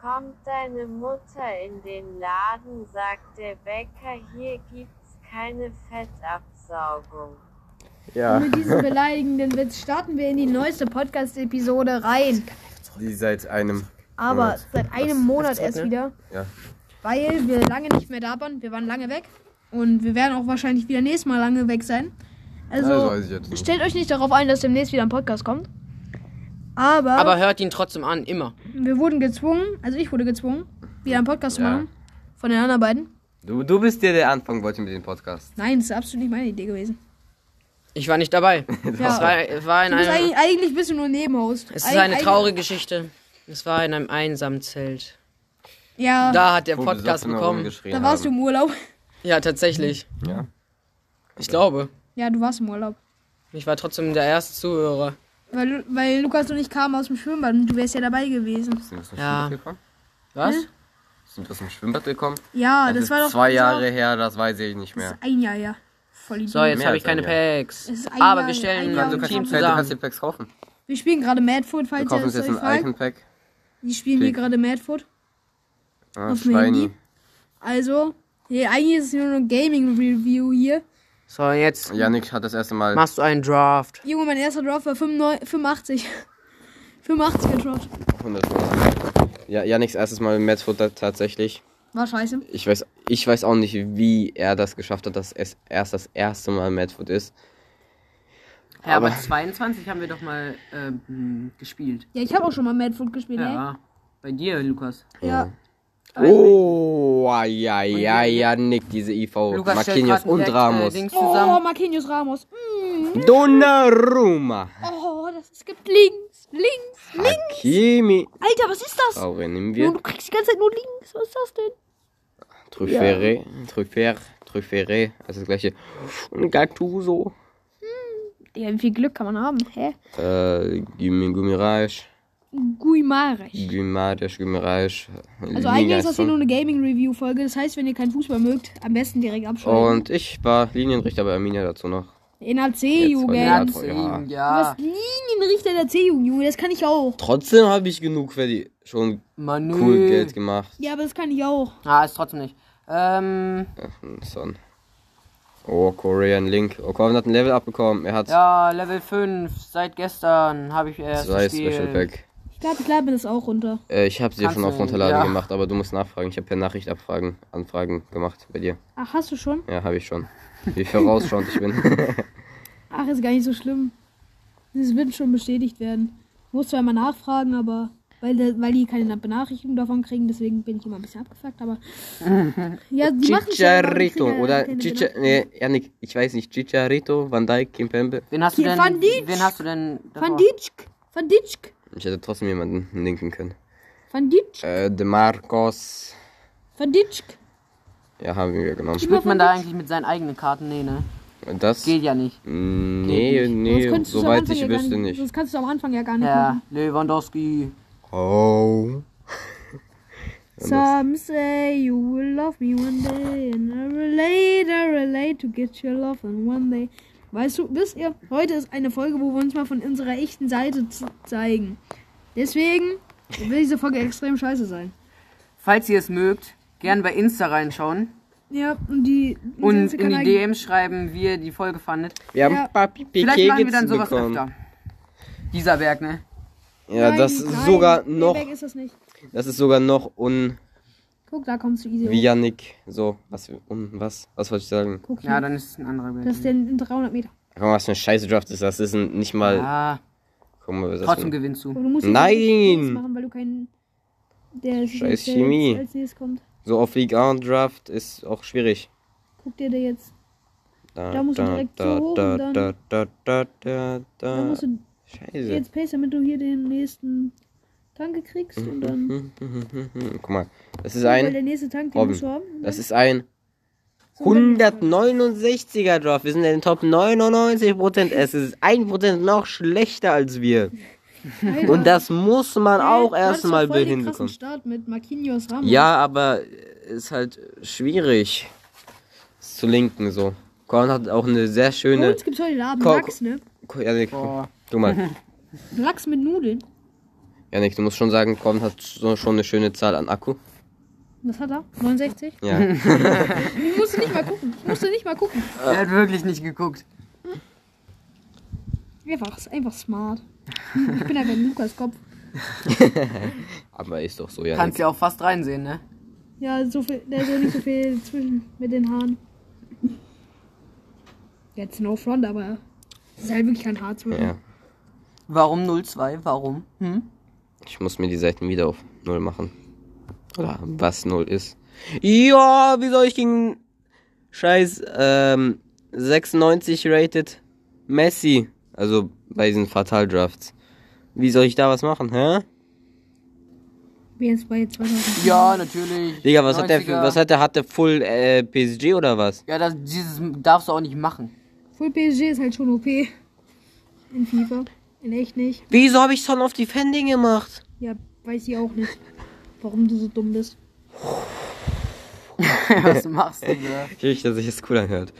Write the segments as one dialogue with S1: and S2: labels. S1: Kommt deine Mutter in den Laden, sagt der Bäcker, hier gibt's keine Fettabsaugung.
S2: Ja,
S3: Mit diesem beleidigenden Witz starten wir in die neueste Podcast-Episode rein.
S2: die seit einem.
S3: Aber
S2: Monat.
S3: seit einem Monat erst wieder.
S2: Ja.
S3: Weil wir lange nicht mehr da waren. Wir waren lange weg. Und wir werden auch wahrscheinlich wieder nächstes Mal lange weg sein. Also,
S2: Das weiß ich jetzt nicht.
S3: stellt euch nicht darauf ein, dass demnächst wieder ein Podcast kommt. Aber,
S4: Aber hört ihn trotzdem an, immer.
S3: wir wurden gezwungen, also ich wurde gezwungen, wieder einen Podcast zu
S2: Ja.
S3: machen. Von den anderen beiden.
S2: Du, du bist der, der anfangen wollte mit dem Podcast.
S3: Nein, das ist absolut nicht meine Idee gewesen.
S4: Ich war nicht dabei. Es
S3: Ja.
S4: war, es war in
S3: Du bist
S4: einem,
S3: eigentlich, eigentlich bist du nur Nebenhost.
S4: es ist
S3: Eig-
S4: eine
S3: eig-
S4: traurige Geschichte. Es war in einem einsamen Zelt.
S3: Ja, da,
S4: Da hat der
S2: Wo
S4: Podcast
S2: Besoffene
S4: bekommen.
S2: rumgeschrien
S3: da warst du
S2: haben.
S3: im Urlaub.
S4: Ja, tatsächlich.
S2: Ja.
S4: Ich glaube.
S3: Ja, du warst im Urlaub.
S4: Ich war trotzdem der erste Zuhörer.
S3: Weil, Lu- weil Lukas und ich kamen aus dem Schwimmbad und du wärst ja dabei gewesen.
S2: Sind wir aus dem
S4: Ja.
S2: Schwimmbad gekommen?
S4: Was?
S2: Sind wir aus dem Schwimmbad gekommen?
S3: Ja,
S2: Das,
S3: Ah, das,
S2: ist
S3: war doch
S2: Also zwei
S3: das war-
S2: Jahre her, das weiß ich nicht
S3: Das
S2: mehr.
S3: ist ein Jahr her. Voll
S4: So,
S3: Idiot.
S4: jetzt
S2: Mehr
S4: habe
S2: als
S4: ich keine
S2: ein Jahr. Also,
S4: Packs.
S3: Es ist ein
S4: Aber
S3: Jahr-
S4: wir
S3: ein
S4: stellen
S3: Jahr
S4: ein
S2: du,
S3: und
S2: kannst,
S4: Team
S3: Packs.
S2: du kannst dir
S4: zusammen.
S2: Packs kaufen.
S3: Wir spielen gerade Madfoot, falls
S2: Wir
S3: ihr
S2: kaufen uns
S3: es
S2: jetzt
S3: euch
S2: ein
S3: fragt.
S2: Icon-Pack.
S3: Wir spielen hier
S2: Pick.
S3: gerade Madfoot.
S2: Ah,
S3: Auf dem Handy.
S2: Schweini.
S3: Also, nee, eigentlich ist es nur ein Gaming-Review hier.
S4: So, jetzt
S2: Janik hat das erste Mal.
S4: machst du einen Draft.
S3: Junge, mein erster Draft war 59 85. 85 getroffen.
S2: 100 Mal. Ja, Janiks erstes Mal im Matchfutter tatsächlich.
S3: War scheiße.
S2: Ich weiß, ich weiß auch nicht, wie er das geschafft hat, dass es erst das erste Mal Matchfoot ist.
S4: Ja, aber,
S2: Aber-
S4: 22 haben wir doch mal ähm, gespielt.
S3: Ja, ich habe auch schon mal Madfoot gespielt, ne?
S4: Bei dir, Lukas.
S3: Ja.
S2: Oh, ja, ja, Janik, diese IV. Oh, Marquinhos
S4: stellt grad
S2: und
S4: direkt,
S2: Ramos.
S4: Äh, Dings
S3: Oh,
S4: zusammen.
S3: Marquinhos Ramos. Mm.
S2: Donnarumma.
S3: Oh, das es gibt links, links, links.
S2: Hakimi.
S3: Alter, was ist das?
S2: Traoré nehmen
S3: Nur,
S2: wir.
S3: du kriegst die ganze Zeit nur links. Was ist das denn?
S2: Truffere. Truffere. Truffere. Also das gleiche. Und Gattuso.
S3: Ja, wie viel Glück kann man haben? Hä?
S2: Äh, Gumi- Gumiraisch.
S3: Guimarasch.
S2: Gumarisch, Gumiraisch.
S3: Also eigentlich ist das hier nur eine Gaming-Review-Folge. Das heißt, wenn ihr keinen Fußball mögt, am besten direkt abschalten.
S2: Und ich war Linienrichter bei Arminia dazu noch.
S3: NAC-Jugend.
S2: Jetzt war die Ja.
S3: Du
S4: ja.
S3: warst Linienrichter der C-Jugend, Junge. Das kann ich auch.
S2: Trotzdem habe ich genug für die schon
S4: Manu.
S2: cool Geld gemacht.
S3: Ja, aber das kann ich auch.
S4: Ah, ist trotzdem nicht. Ähm,
S2: Son. Oh, Korean Link. Oh, Corbin hat ein Level abbekommen. Er hat
S4: ja, Level 5. Seit gestern habe ich erst
S2: zwei
S4: gespielt.
S2: Special Pack.
S3: Ich glaube, ich lade mir das auch runter.
S2: Äh, ich habe sie dir
S4: Kannst
S2: schon auf
S4: du-
S2: Runterladen
S4: ja.
S2: gemacht, aber du musst nachfragen. Ich habe per Nachricht abfragen, Anfragen gemacht bei dir.
S3: Ach, hast du schon?
S2: Ja, habe ich schon. Wie vorausschauend ich bin.
S3: Ach, ist gar nicht so schlimm. Das wird schon bestätigt werden. Ich muss zwar immer nachfragen, aber weil, der, weil die keine Benachrichtigung davon kriegen, deswegen bin ich immer ein bisschen abgefuckt, aber. Ja, die machen
S2: Chicharito oder
S3: Chicha.
S2: Chicha, nee, Janik, ich weiß nicht, Chicharito, Van Dijk, Kimpembe.
S4: Wen hast du
S3: Hier,
S4: denn?
S3: Van Dijk.
S4: Wen hast du denn?
S3: Van Ditschk. Van Ditschk.
S2: Ich hätte trotzdem jemanden linken können.
S3: Van Ditschk.
S2: Äh, De Marcos,
S3: Van Ditschk.
S2: ja, haben wir genommen.
S3: Gib mal
S4: Spielt
S3: Van
S4: man da
S3: Dijk.
S4: eigentlich mit seinen eigenen Karten? Nee, ne?
S2: Das, Mm,
S4: Geht ja nicht.
S2: nee,
S3: Sonst
S2: nee,
S3: könntest du's am
S2: soweit
S3: Anfang
S2: ich
S3: ja gar
S2: wüsste nicht.
S3: Sonst kannst du es am Anfang ja gar nicht
S4: Ja,
S3: machen.
S4: Lewandowski.
S2: Oh.
S3: Some say you will love me one day and I relate, I relate to get your love in one day. Weißt du, wisst ihr, heute ist eine Folge, wo wir uns mal von unserer echten Seite z- zeigen. Deswegen will diese Folge extrem scheiße sein.
S4: Falls ihr es mögt, gern bei Insta reinschauen
S3: Ja, und die
S4: und in die
S3: Kanal-
S4: DMs schreiben, wie ihr die Folge fandet.
S2: Wir haben
S3: Ja.
S2: Papi
S4: Vielleicht
S2: Piquet
S4: machen wir dann sowas
S2: bekommen.
S4: öfter. Dieser Berg, ne?
S2: Ja,
S3: Nein,
S2: das ist
S3: nein,
S2: sogar
S3: der
S2: noch,
S3: Berg ist das nicht.
S2: das ist sogar noch un
S3: Guck, da kommst du easy.
S2: wie
S3: hoch.
S2: Yannick. So, was un was? Was wollte ich sagen?
S3: Guck hier.
S4: Ja, dann ist es ein anderer
S3: das ist
S4: Berg.
S3: der in 300 Meter.
S2: Guck mal, was für ein scheiße Draft ist das? Das ist ein, nicht mal.
S4: Ja,
S2: Guck mal, was das
S4: trotzdem
S2: ist.
S4: gewinnst
S3: Aber
S4: du.
S3: du musst ihn
S2: Nein!
S3: nicht groß machen, weil du keinen der ist-
S2: Scheiß
S3: der
S2: Chemie.
S3: jetzt Als nächstes kommt.
S2: So auf League A Draft ist auch schwierig.
S3: Guck dir der jetzt.
S2: Da,
S3: Da musst du direkt so hoch
S2: da,
S3: und dann-
S2: da, da, da, da,
S3: Da
S2: da.
S3: musst du
S2: Scheiße.
S3: jetzt Pace, damit du hier den nächsten Tanke kriegst und dann.
S2: Guck mal, das ist
S3: Weil
S2: ein
S3: der nächste Tank, den
S2: Mhm. Robin.
S3: musst du haben. und
S2: das
S3: dann-
S2: ist ein 169er Draft. Wir sind in den Top 99%. Es ist 1% noch schlechter als wir.
S3: Alter,
S2: Und das muss man
S3: ey,
S2: auch
S3: du hattest doch
S2: erstmal
S3: voll den krassen
S2: hinbekommen.
S3: Start mit Marquinhos
S4: Mhm.
S3: Ramos.
S2: Ja, aber ist halt schwierig. Ist zu linken so. Korn hat auch eine sehr
S3: Bei
S2: schöne.
S3: uns gibt's heute Abend
S2: Ko-
S3: Lachs, ne?
S2: Ko- Ja, nee,
S4: Boah.
S2: guck mal.
S3: Lachs mit Nudeln.
S2: Janik, du musst schon sagen, Corbin hat so schon eine schöne Zahl an Akku.
S3: Was hat er? 69?
S2: Ja.
S3: Ich musste nicht mal gucken. Ich musste nicht mal gucken.
S2: Ah.
S4: Er hat wirklich nicht geguckt.
S3: Einfach, ist einfach smart. Ich bin einfach ein Lukas Kopf.
S2: Aber ist doch so, Janik.
S4: Kannst ja auch fast reinsehen, ne?
S3: Ja, so viel, da ist ja nicht so viel zwischen mit den Haaren. Jetzt no front, aber es ist halt wirklich kein Haar zwischen.
S2: Ja.
S4: Warum 02? Warum? Hm?
S2: Ich muss mir die Seiten wieder auf Null machen. Oder was Null ist. Ja, wie soll ich gegen Scheiß ähm, 96 rated Messi, also bei diesen Fatal Drafts. Wie soll ich da was machen, hä?
S3: Wie jetzt bei 2000.
S4: Ja, natürlich.
S2: Digga, was hat der für,
S4: 90er.
S2: was hat der hat der Full äh, PSG oder was?
S4: Ja, das, dieses darfst du auch nicht machen.
S3: Full PSG ist halt schon OP. In FIFA. In echt nicht.
S2: Wieso habe ich Son of Defending gemacht?
S3: Ja, weiß ich auch nicht. Warum du so dumm bist.
S4: was machst du da?
S2: Ich will, dass sich das cool anhört.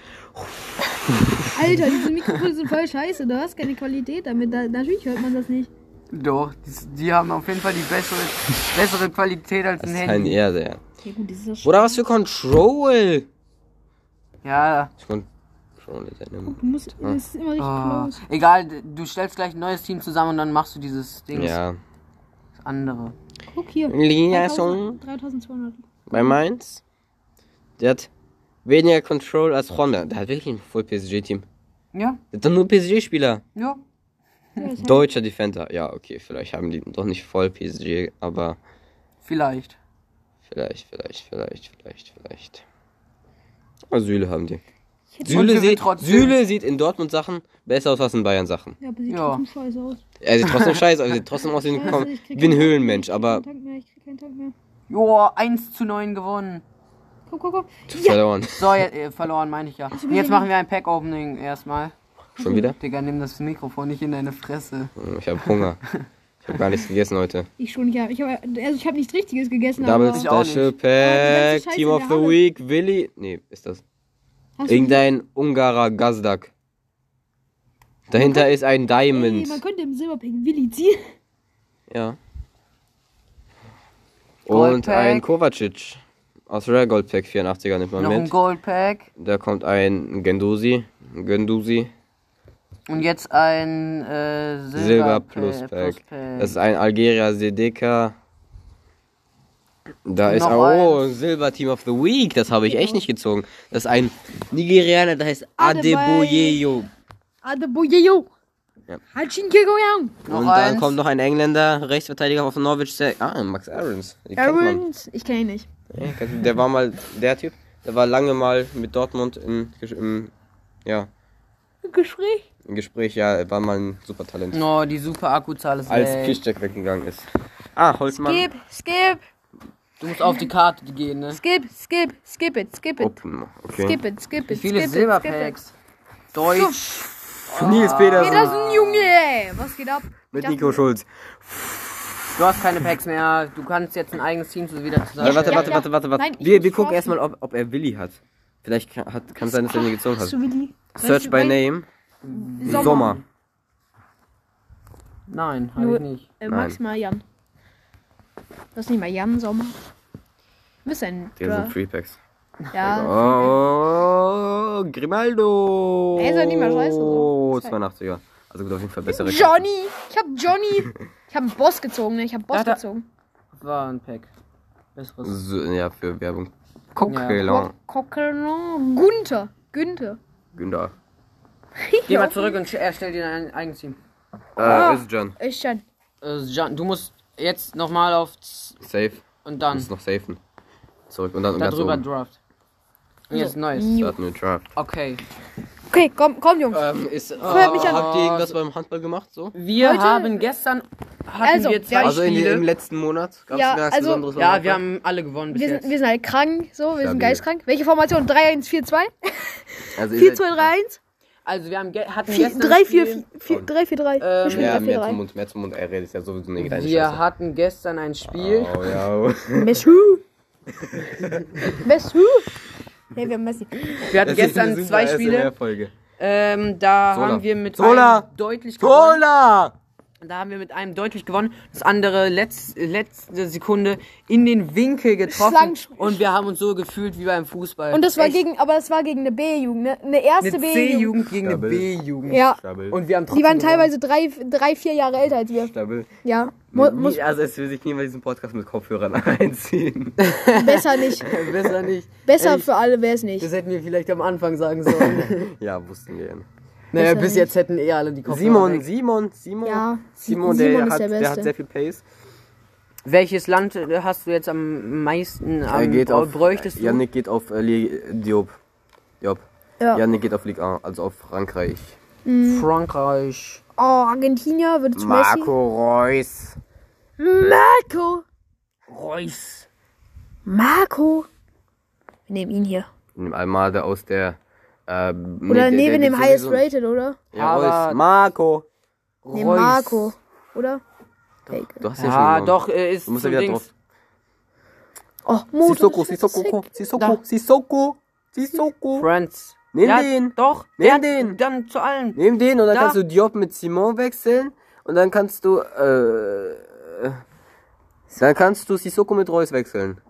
S3: Alter, diese Mikrofone sind voll scheiße. Du hast keine Qualität damit. Da, natürlich hört man das nicht.
S4: Doch, die, die haben auf jeden Fall die bessere, bessere Qualität als
S2: Das
S4: ein
S2: ist eine
S4: Handy.
S2: Erde, ja.
S3: Ja gut, das ist das
S2: Oder was für Control?
S4: Ja,
S2: Ich Control ist eine
S3: Du musst, das ist immer richtig
S4: ah,
S3: close.
S4: egal, d- du stellst gleich ein neues Team zusammen und dann machst du dieses Ding.
S2: Ja.
S4: Das andere.
S3: Guck hier.
S2: Linia
S3: 3000 3200.
S2: bei Mainz. Der hat weniger Control als Honda. Der hat wirklich ein Full PSG-Team.
S4: Ja,
S2: Der hat doch nur PSG-Spieler.
S4: ja.
S3: Ja, ist halt-
S2: Deutscher Defender. Ja, okay, vielleicht haben die doch nicht voll PSG, aber
S4: Vielleicht.
S2: vielleicht, vielleicht, vielleicht, vielleicht, vielleicht. Aber Süle haben die.
S3: hätte-
S4: Und wir
S2: Süle
S4: sind
S2: sieht,
S4: trotzdem-
S2: Süle sieht in Dortmund Sachen besser aus als in Bayern Sachen.
S3: Ja, aber sieht
S4: Ja.
S3: trotzdem scheiße aus.
S2: Er sieht trotzdem scheiße, aber er sieht trotzdem aus wie ein,
S3: Scheiße,
S2: Kom-
S3: also ich krieg
S2: wie ein
S3: keinen-
S2: Höhlenmensch, aber
S3: Ich krieg keinen Tag mehr, ich krieg keinen Tag mehr.
S4: Joa, 1 zu 9 gewonnen.
S3: Komm, komm, komm. Ja,
S2: verloren.
S4: So, jetzt, äh, verloren meine ich ja. Und jetzt machen wir ein Pack-Opening erstmal.
S2: Schon wieder?
S4: Digga, nimm das Mikrofon nicht in deine Fresse.
S2: Hm, Ich habe Hunger. Ich habe gar nichts gegessen heute.
S3: ich schon, ja. Ich habe also ich hab nichts Richtiges gegessen,
S2: Double
S3: aber...
S4: Ich auch
S2: Special
S3: ganze
S2: Pack,
S3: Scheiße
S2: Team
S3: in
S2: of
S3: der
S2: the
S3: Halle.
S2: Week, Willi. Nee, ist das.
S3: Hast du-
S2: Irgendein Ungarer Gazdak. Dahinter ist ein
S3: Ey,
S2: Diamond.
S3: man könnte im Silberpack Willi ziehen.
S2: Ja.
S4: Gold
S2: Und
S4: Pack.
S2: ein Kovacic. Aus Rare Gold Pack 84er nimmt man
S4: Noch ein
S2: mit.
S4: Gold-Pack.
S2: Da kommt ein Gendusi. Gendusi.
S4: Und jetzt ein äh, Silber,
S2: Silber
S4: Pa-
S2: Plus Pack.
S4: Pack.
S2: Das ist ein Algerier Sedeka. Da ist
S4: Noch
S2: oh,
S4: eins.
S2: Silber Team of the Week. Das habe ich echt nicht gezogen. Das ist ein Nigerianer, der heißt
S3: Adebayo.
S2: Adeboyeyo.
S3: Adeboyeyo.
S2: Ja.
S3: Hachin Kegoyang.
S4: Noch
S2: Und
S4: eins.
S2: dann kommt noch ein Engländer, Rechtsverteidiger auf Norwich. Se- Ah, Max Aarons. Die kennt man.
S3: Aaron's. Ich kenne ihn nicht.
S2: Ja, kannst du- Also Der war mal der Typ, der war lange mal mit Dortmund im, Gesch- im, ja,
S3: Gespräch.
S2: im Gespräch, ja, er war mal ein super Talent.
S4: No, die super Akkuzahl ist
S2: Als
S4: weg.
S2: Piszczek weggegangen ist. Ah, Holzmann.
S3: Skip, skip,
S4: Du musst auf die Karte gehen, ne?
S3: skip, skip, skip it, skip it.
S2: Open. Oh, Okay.
S3: Skip it, skip it, skip
S4: Viele
S3: it, skip it.
S4: Silberpacks. Deutsch.
S2: Nils
S3: Ey,
S2: Petersen
S3: das ist ein Junge, ey. Was geht ab?
S2: mit
S3: Ich
S2: Nico Schulz.
S4: Du hast keine Packs mehr. Du kannst jetzt ein eigenes Team so wieder
S2: Ja,
S4: zusammenstellen.
S2: warte, warte,
S3: ja.
S2: warte, warte, warte.
S3: Nein, ich
S2: wir
S3: muss
S2: wir gucken
S3: draften.
S2: erstmal, ob, ob er Willi hat. Vielleicht kann, hat, kann sein, dass er ihn gezogen hat.
S3: Hast du Willi?
S2: Search by Name.
S3: Sommer.
S2: Sommer.
S4: Nein, hab
S3: Nur-
S4: ich nicht.
S3: Äh,
S2: Nein.
S3: Max mal Jan. Das ist nicht mal Jan Sommer. Du bist ein
S2: Der sind
S3: Bruh.
S2: Free Packs.
S3: Ja.
S2: Oh, Grimaldo.
S3: Ey, ist doch nicht mal scheiße, so. halt-
S2: Oh, 82er. Also gut, auf jeden Fall bessere Karten.
S3: Johnny! Ich hab Johnny! Ich hab einen Boss gezogen, ne? Ich hab Boss
S4: Da, da.
S3: gezogen.
S4: War ein Pack. Besseres.
S2: So, ja, für Werbung. Coquelin.
S3: Bob Coquelin. Gunther. Günther.
S2: Günther.
S4: Geh mal zurück und erstell dir ein eigenes Team.
S2: Äh,
S4: Ah.
S2: ist John.
S3: Ich schon.
S4: Äh, Jan, du musst jetzt nochmal auf Z-
S2: Safe.
S4: und dann
S2: Muss noch safen. Zurück und dann
S4: da
S2: ganz
S4: drüber
S2: oben.
S4: Draft. Und jetzt neues.
S2: Starten wir Draft.
S4: Okay.
S3: Okay, komm, komm, Jungs.
S2: Ähm, ist,
S4: Oh,
S2: äh,
S3: Hör mich an.
S2: habt ihr irgendwas beim Handball gemacht? So?
S4: Wir
S3: Heute-
S4: haben gestern hatten
S3: Also,
S4: wir zwei
S3: der-
S2: Also in,
S4: Spiele.
S2: im letzten Monat gab es
S3: Ja,
S2: ja,
S3: also-
S2: Besonderes? ne?
S4: ja, wir haben alle gewonnen bis
S3: wir,
S4: jetzt.
S3: sind, wir sind halt krank, so. Wir sind
S2: Stabil.
S3: geistkrank. Welche Formation? 3, 1, 4, 2?
S2: also ihr
S3: 4,
S2: seid-
S3: 2, 3, 1?
S4: also wir haben ge hatten
S3: 4,
S4: gestern
S3: 3,
S4: ein
S3: 4,
S4: Spiel,
S3: 4, 3, 4, 3.
S4: Ähm,
S3: Wir spielen
S2: Ja,
S3: 3,
S2: mehr zum
S3: 4,
S2: Mund, mehr zum Mund. Er redet ja sowieso eine kleine
S4: Wir
S2: Scheiße.
S4: hatten gestern ein Spiel.
S2: Oh, ja.
S3: 3. Messu. Messu. Ne, wir haben Messi.
S4: Wir hatten gestern zwei Spiele.
S2: Folge.
S4: Ähm, da
S2: Sola.
S4: haben wir mit
S2: Sola.
S4: einem deutlich gewonnen.
S2: Cola!
S4: Da haben wir mit einem deutlich gewonnen. Das andere letz, letzte Sekunde in den Winkel getroffen.
S3: Schlangensch-
S4: Und wir haben uns so gefühlt wie beim Fußball.
S3: Und das war
S4: Echt
S3: gegen, aber es war gegen eine B-Jugend, ne? Eine erste
S4: eine
S3: B-Jugend.
S4: C-Jugend gegen eine
S2: Double.
S4: B-Jugend.
S3: Ja.
S2: Stabil.
S4: Ah. Und wir haben
S3: Die
S4: trotzdem
S3: waren
S4: gewonnen.
S3: teilweise drei, drei, vier Jahre älter als wir.
S2: Stabil.
S3: Ja. Mu muss
S2: Nie- also es will sich niemand diesen Podcast mit Kopfhörern einziehen.
S3: besser nicht.
S4: Besser nicht.
S3: Besser
S4: Ey,
S3: für alle wäre es nicht.
S4: Das hätten wir vielleicht am Anfang sagen sollen.
S2: ja, wussten wir.
S4: naja,
S3: Besser
S4: bis
S3: nicht.
S4: jetzt hätten eh alle die Kopfhörer.
S5: Simon,
S4: weg.
S5: Simon, Simon.
S3: Ja,
S5: Simon,
S3: Simon
S5: der,
S3: ist
S5: hat,
S3: der
S5: der,
S3: Beste.
S5: hat sehr viel Pace.
S4: Welches Land äh, hast du jetzt am meisten am,
S2: Er geht
S4: äh,
S2: auf,
S4: bräuchtest du?
S2: Yannick geht auf äh, Ligue- Diop. Diop.
S3: Ja.
S2: Yannick geht auf Ligue 1, also auf Frankreich.
S4: Hm. Frankreich.
S3: Oh, Argentinier würde zu Messi.
S2: Reus.
S3: Marco.
S4: Reus.
S3: Marco. Wir nehmen ihn hier.
S2: Nimm Almada aus der. Äh,
S3: Oder nee, wir nehmen Highest Rated, oder?
S2: Ja,
S4: Aber-
S2: Reus. Marco.
S3: Nehmen Marco. Oder?
S2: Du hast ja, schon.
S4: Ja,
S2: gewonnen.
S4: doch, äh, ist
S2: Du musst
S4: so
S2: ja wieder
S4: Dings.
S2: drauf.
S3: Oh, Motor.
S2: Sissoko, Sissoko, Sissoko, Sissoko, Sissoko.
S4: Friends.
S2: Nimm
S4: ja,
S2: den.
S4: Doch.
S2: Nimm
S4: ja,
S2: den.
S4: Dann zu allen.
S2: Nimm den und dann
S4: Da.
S2: kannst du Diop mit Simon wechseln und dann kannst du äh, äh, dann kannst du Sissoko mit Reus wechseln.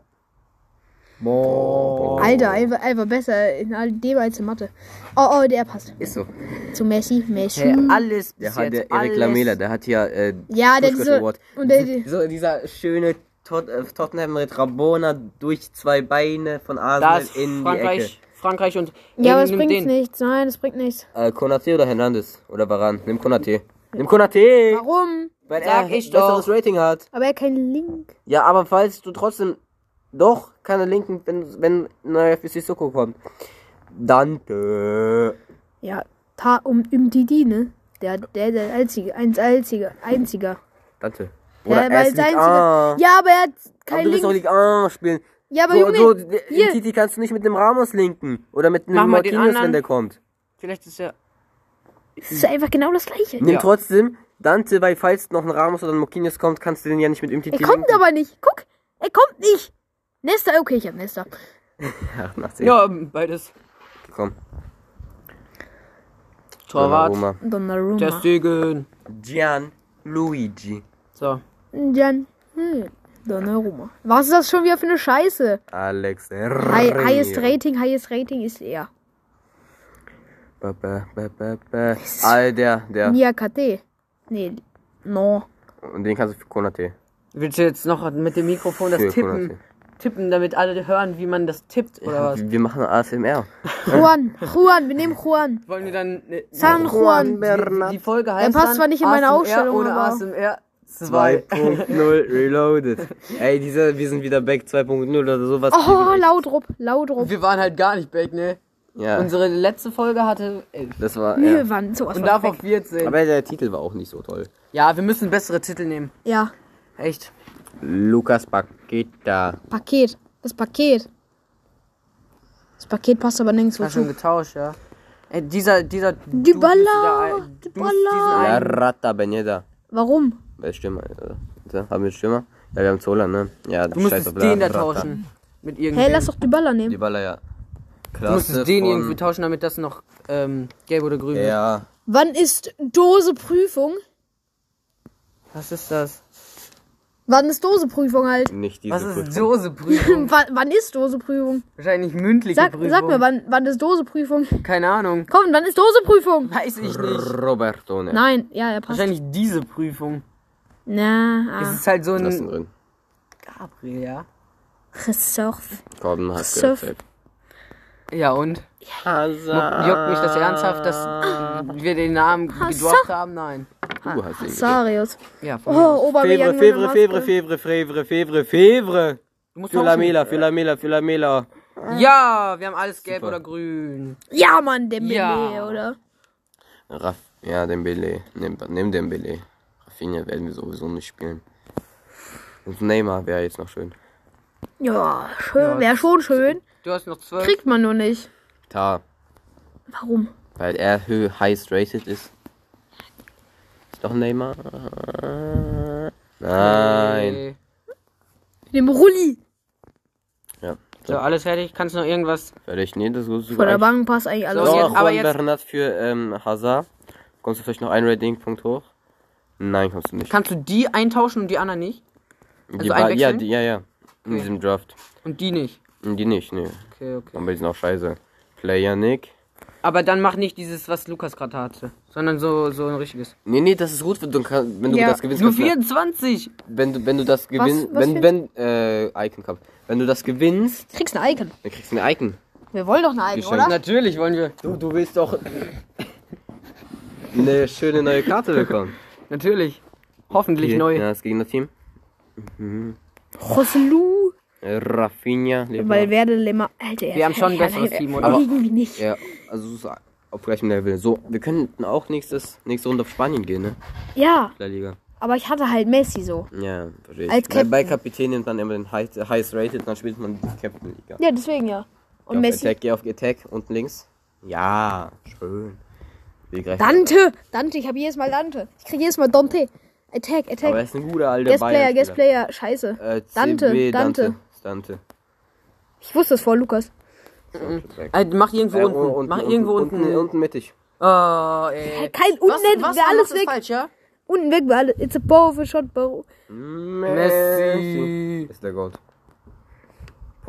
S2: Boah.
S3: Alter, einfach, einfach besser in all dem als in Mathe. Oh, oh, der passt.
S2: Ist so.
S3: Zu Messi, Messi.
S4: Hey, alles
S2: Der
S4: bis
S2: hat der
S4: jetzt.
S2: Erik
S4: alles.
S2: Lamela, der hat ja äh,
S3: Ja, der
S2: Pushkas
S3: diese-
S2: Award.
S3: und der-
S2: Diese- so dieser schöne Tot äh, Tottenham mit Rabona durch zwei Beine von
S4: Da
S2: Arsenal
S4: ist
S2: in
S4: Frankreich. Frankreich und.
S3: Ja, aber
S4: Ey,
S3: es
S4: nimm
S3: bringt
S4: den.
S3: nichts. Nein, es bringt nichts.
S2: die Ecke. Äh, Konate oder Hernandez oder Varan? Nimm Konate. Nimm Konate,
S3: Warum?
S2: weil
S4: Sag
S2: er
S4: ich
S2: besseres
S4: doch.
S2: Rating hat.
S3: Aber er hat keinen Link.
S2: Ja, aber falls du trotzdem doch keine Linken, wenn, wenn neuer für Sissoko kommt, dann. Äh,
S3: Ja, Ta um im Didi, ne? Der, der, der einzige, eins einziger, einziger.
S2: Dante.
S3: ja, weil
S2: erst
S3: sein
S2: Ligue
S3: einziger.
S2: 1.
S3: Ja, aber er hat
S2: aber
S3: keinen
S2: du willst doch
S3: Link.
S2: Ligue 1 spielen.
S3: Ja, aber
S2: So,
S3: Junge,
S2: so, äh, d-
S3: hier.
S2: in Titi kannst du nicht mit dem Ramos linken. Oder mit
S4: Mach
S2: einem
S4: mal den
S2: Martinez,
S4: anderen.
S2: wenn der kommt.
S4: Vielleicht ist er.
S3: das ist einfach genau das gleiche.
S2: Nimm
S4: Ja.
S2: trotzdem Dante, weil falls noch ein Ramos oder ein Martinez kommt, kannst du den ja nicht mit Imtiti
S3: Er kommt aber nicht. Guck, er kommt nicht. Nesta, okay, ich hab Nesta.
S2: Ach, nach
S4: Ja, ähm, beides.
S2: Komm.
S4: Torwart. Der
S3: Donnarumma.
S4: Stegen.
S2: Gian Luigi.
S4: So.
S3: Jan. Hm. Donnarumma. Was ist das schon wieder für eine Scheiße?
S2: Alex.
S3: Hi highest Rating, highest Rating ist er.
S2: Ba, ba, ba, ba, ba. Ah, der, der.
S3: Nia KT. Nee, no.
S2: Und den kannst du für Konate.
S4: Willst du jetzt noch mit dem Mikrofon das
S2: Für
S4: tippen? Tippen, damit alle hören, wie man das tippt oder was?
S2: Wir machen ASMR.
S3: Juan, Juan, wir nehmen Juan.
S4: Wollen wir dann äh,
S3: San Juan.
S4: die, die Folge heißt
S3: passt
S4: dann
S3: zwar nicht in meine
S4: ASMR
S3: Aufstellung,
S4: ohne
S3: aber-
S4: ASMR 2.
S2: 2.0 Reloaded. Ey, dieser, wir sind wieder back 2.0 oder sowas.
S3: Oh, Laudrup, Laudrup.
S4: Wir waren halt gar nicht back, ne?
S2: Ja,
S4: Unsere letzte Folge hatte äh, 11
S2: das war. Ja.
S3: Wir waren sowas
S4: und
S3: von
S4: davon
S3: weg.
S4: 14.
S2: Aber der Titel war auch nicht so toll.
S4: ja, wir müssen bessere Titel nehmen.
S3: Ja,
S4: Echt.
S2: Lukas Paqueta.
S3: Paket. Das Paket. Das Paket passt aber nirgendwo
S4: Hast schon
S3: zu.
S4: getauscht, ja. Ey, dieser, dieser.
S3: Dybala, Dybala.
S2: La
S4: Ja.
S2: Rata Beneda.
S3: Warum?
S2: Wer ist Stürmer? Äh, warte, Haben wir Stürmer? Ja, wir haben Zola, ne? Ja,
S4: Du musstest den da tauschen. Mit
S3: Hey,
S4: irgendwem.
S3: lass doch Dybala
S2: Die
S3: nehmen.
S2: Baller, ja. Klasse
S4: du musstest den
S2: von-
S4: irgendwie tauschen, damit das noch ähm, gelb oder grün wird.
S2: Ja.
S3: Wann ist Dose Prüfung?
S4: Was ist das?
S3: Wann ist Dose Prüfung halt?
S2: Nicht diese
S4: Was ist
S2: Prüfung.
S4: Doseprüfung?
S3: Wann, wann ist Dose Prüfung?
S4: Wahrscheinlich mündliche
S3: Sag,
S4: Prüfung.
S3: sag mir, wann, wann ist Dose Prüfung?
S4: Keine Ahnung.
S3: Komm, wann ist Dose Prüfung?
S4: Weiß ich nicht.
S2: Roberto, ne?
S3: Nein, ja, er passt.
S4: Wahrscheinlich diese Prüfung. Es
S3: Na, ah.
S4: ist halt so
S2: Lass ihn
S4: ein
S2: drin.
S4: Gabriel, ja.
S3: Resurf.
S2: Gordon hat
S3: Surf.
S2: gesagt.
S4: Ja und? Juck- Juckt mich das ernsthaft, dass wir den Namen gedroppt haben? Nein.
S2: Du hast ihn gesagt.
S3: Sarius.
S4: Ja, von mir aus.
S3: Oh, Obermeier.
S2: Fevre, Fevre, Fevre, Fevre, Fevre, Fevre, Fevre.
S4: Du musst
S2: Für
S4: tauschen.
S2: Lamela, für Lamela, für Lamela.
S4: Ja, wir haben alles gelb oder grün.
S3: Ja, Mann, Dembele,
S4: Ja.
S3: oder?
S2: Raff, ja, Dembele. Nimm, nimm Dembele. Rafinha werden wir sowieso nicht spielen. Und Neymar wäre jetzt noch schön.
S3: Ja, schön, wäre schon schön.
S4: Du hast noch zwölf.
S3: Kriegt man nur nicht.
S2: Ta,
S3: Warum?
S2: weil er hö- highest rated ist. Ist doch Neymar. Nein.
S4: Okay.
S3: Dem Rulli.
S2: Ja.
S4: So, alles fertig. Kannst du noch irgendwas?
S2: Fertig. Nee, das ist
S3: Von der Bank passt eigentlich alles.
S4: So,
S2: So,
S4: jetzt-
S2: Juan
S4: aber jetzt-
S2: Bernat für ähm, Hazard. Kommst du vielleicht noch ein Rating-Punkt hoch? Nein, kannst du nicht.
S4: Kannst du die eintauschen und die anderen nicht?
S2: die
S4: also
S2: Ba- ja,
S4: einwechseln?
S2: die, ja, ja. In diesem Draft.
S4: Und die nicht.
S2: Und Die nicht, ne.
S4: Okay, okay.
S2: Aber die sind auch scheiße. Player Nick.
S4: Aber dann mach nicht dieses, was Lukas gerade hatte, sondern so, so ein richtiges.
S2: Nee, nee, das ist gut, wenn du, kann- wenn du
S3: Ja,
S2: das gewinnst.
S4: Nur
S2: kannst du-
S4: 24!
S2: wenn du, wenn du das gewinnst,
S3: was
S2: wenn, wenn, äh, Icon Cup. Wenn du das gewinnst,
S3: Kriegst ein Icon.
S2: dann kriegst du ein Icon.
S3: Wir wollen doch ein Icon,
S2: Geschenkt.
S3: oder?
S4: Natürlich wollen wir.
S2: Du, du willst doch eine schöne neue Karte bekommen.
S4: Natürlich. Hoffentlich neu.
S2: Ja, das Gegnerteam.
S3: Roselu.
S2: Äh, Rafinha,
S3: Weil
S2: Lever.
S3: werde Lemmer. Alter,
S4: Wir haben schon ein besseres Team, oder?
S2: Aber-
S3: Irgendwie nicht.
S2: Ja, also es ist auf gleichem Level. So, wir könnten auch nächstes, nächste Runde auf Spanien gehen, ne?
S3: Ja,
S2: La Liga.
S3: aber ich hatte halt Messi so.
S2: Ja, verstehe ich.
S3: Als
S2: Bei, bei
S3: Captain.
S2: Kapitän nimmt man immer den High- Highest Rated, dann spielt man die Captain Liga.
S3: Ja, deswegen ja. Und
S2: Geh auf
S3: Messi.
S2: Attack, geh auf Attack, unten links. Ja, schön. Wir greifen-
S3: Dante! Dante, ich habe jedes Mal Dante. Ich krieg jedes Mal Dante. Attack,
S2: Aber er
S3: Attack.
S2: ist ein guter alter
S3: Guest Player,
S2: Bayern-Spieler.
S3: Guest Player. Scheiße.
S2: Äh, CB,
S3: Dante,
S2: Dante.
S3: Dante.
S2: Dante.
S3: Ich wusste es vor, Lukas.
S4: Äh, mach irgendwo
S2: Äh,
S4: unten. Mach irgendwo unten.
S2: Unten, unten mittig.
S4: Oh, ey.
S3: Kein
S4: Was,
S3: Unnett,
S4: was,
S3: wäre alles
S4: was ist
S3: weg.
S4: falsch, ja?
S2: Hm.
S3: Unten weg, wir alle. It's a bow for shot, bow.
S4: Messi.
S2: Ist der Gold.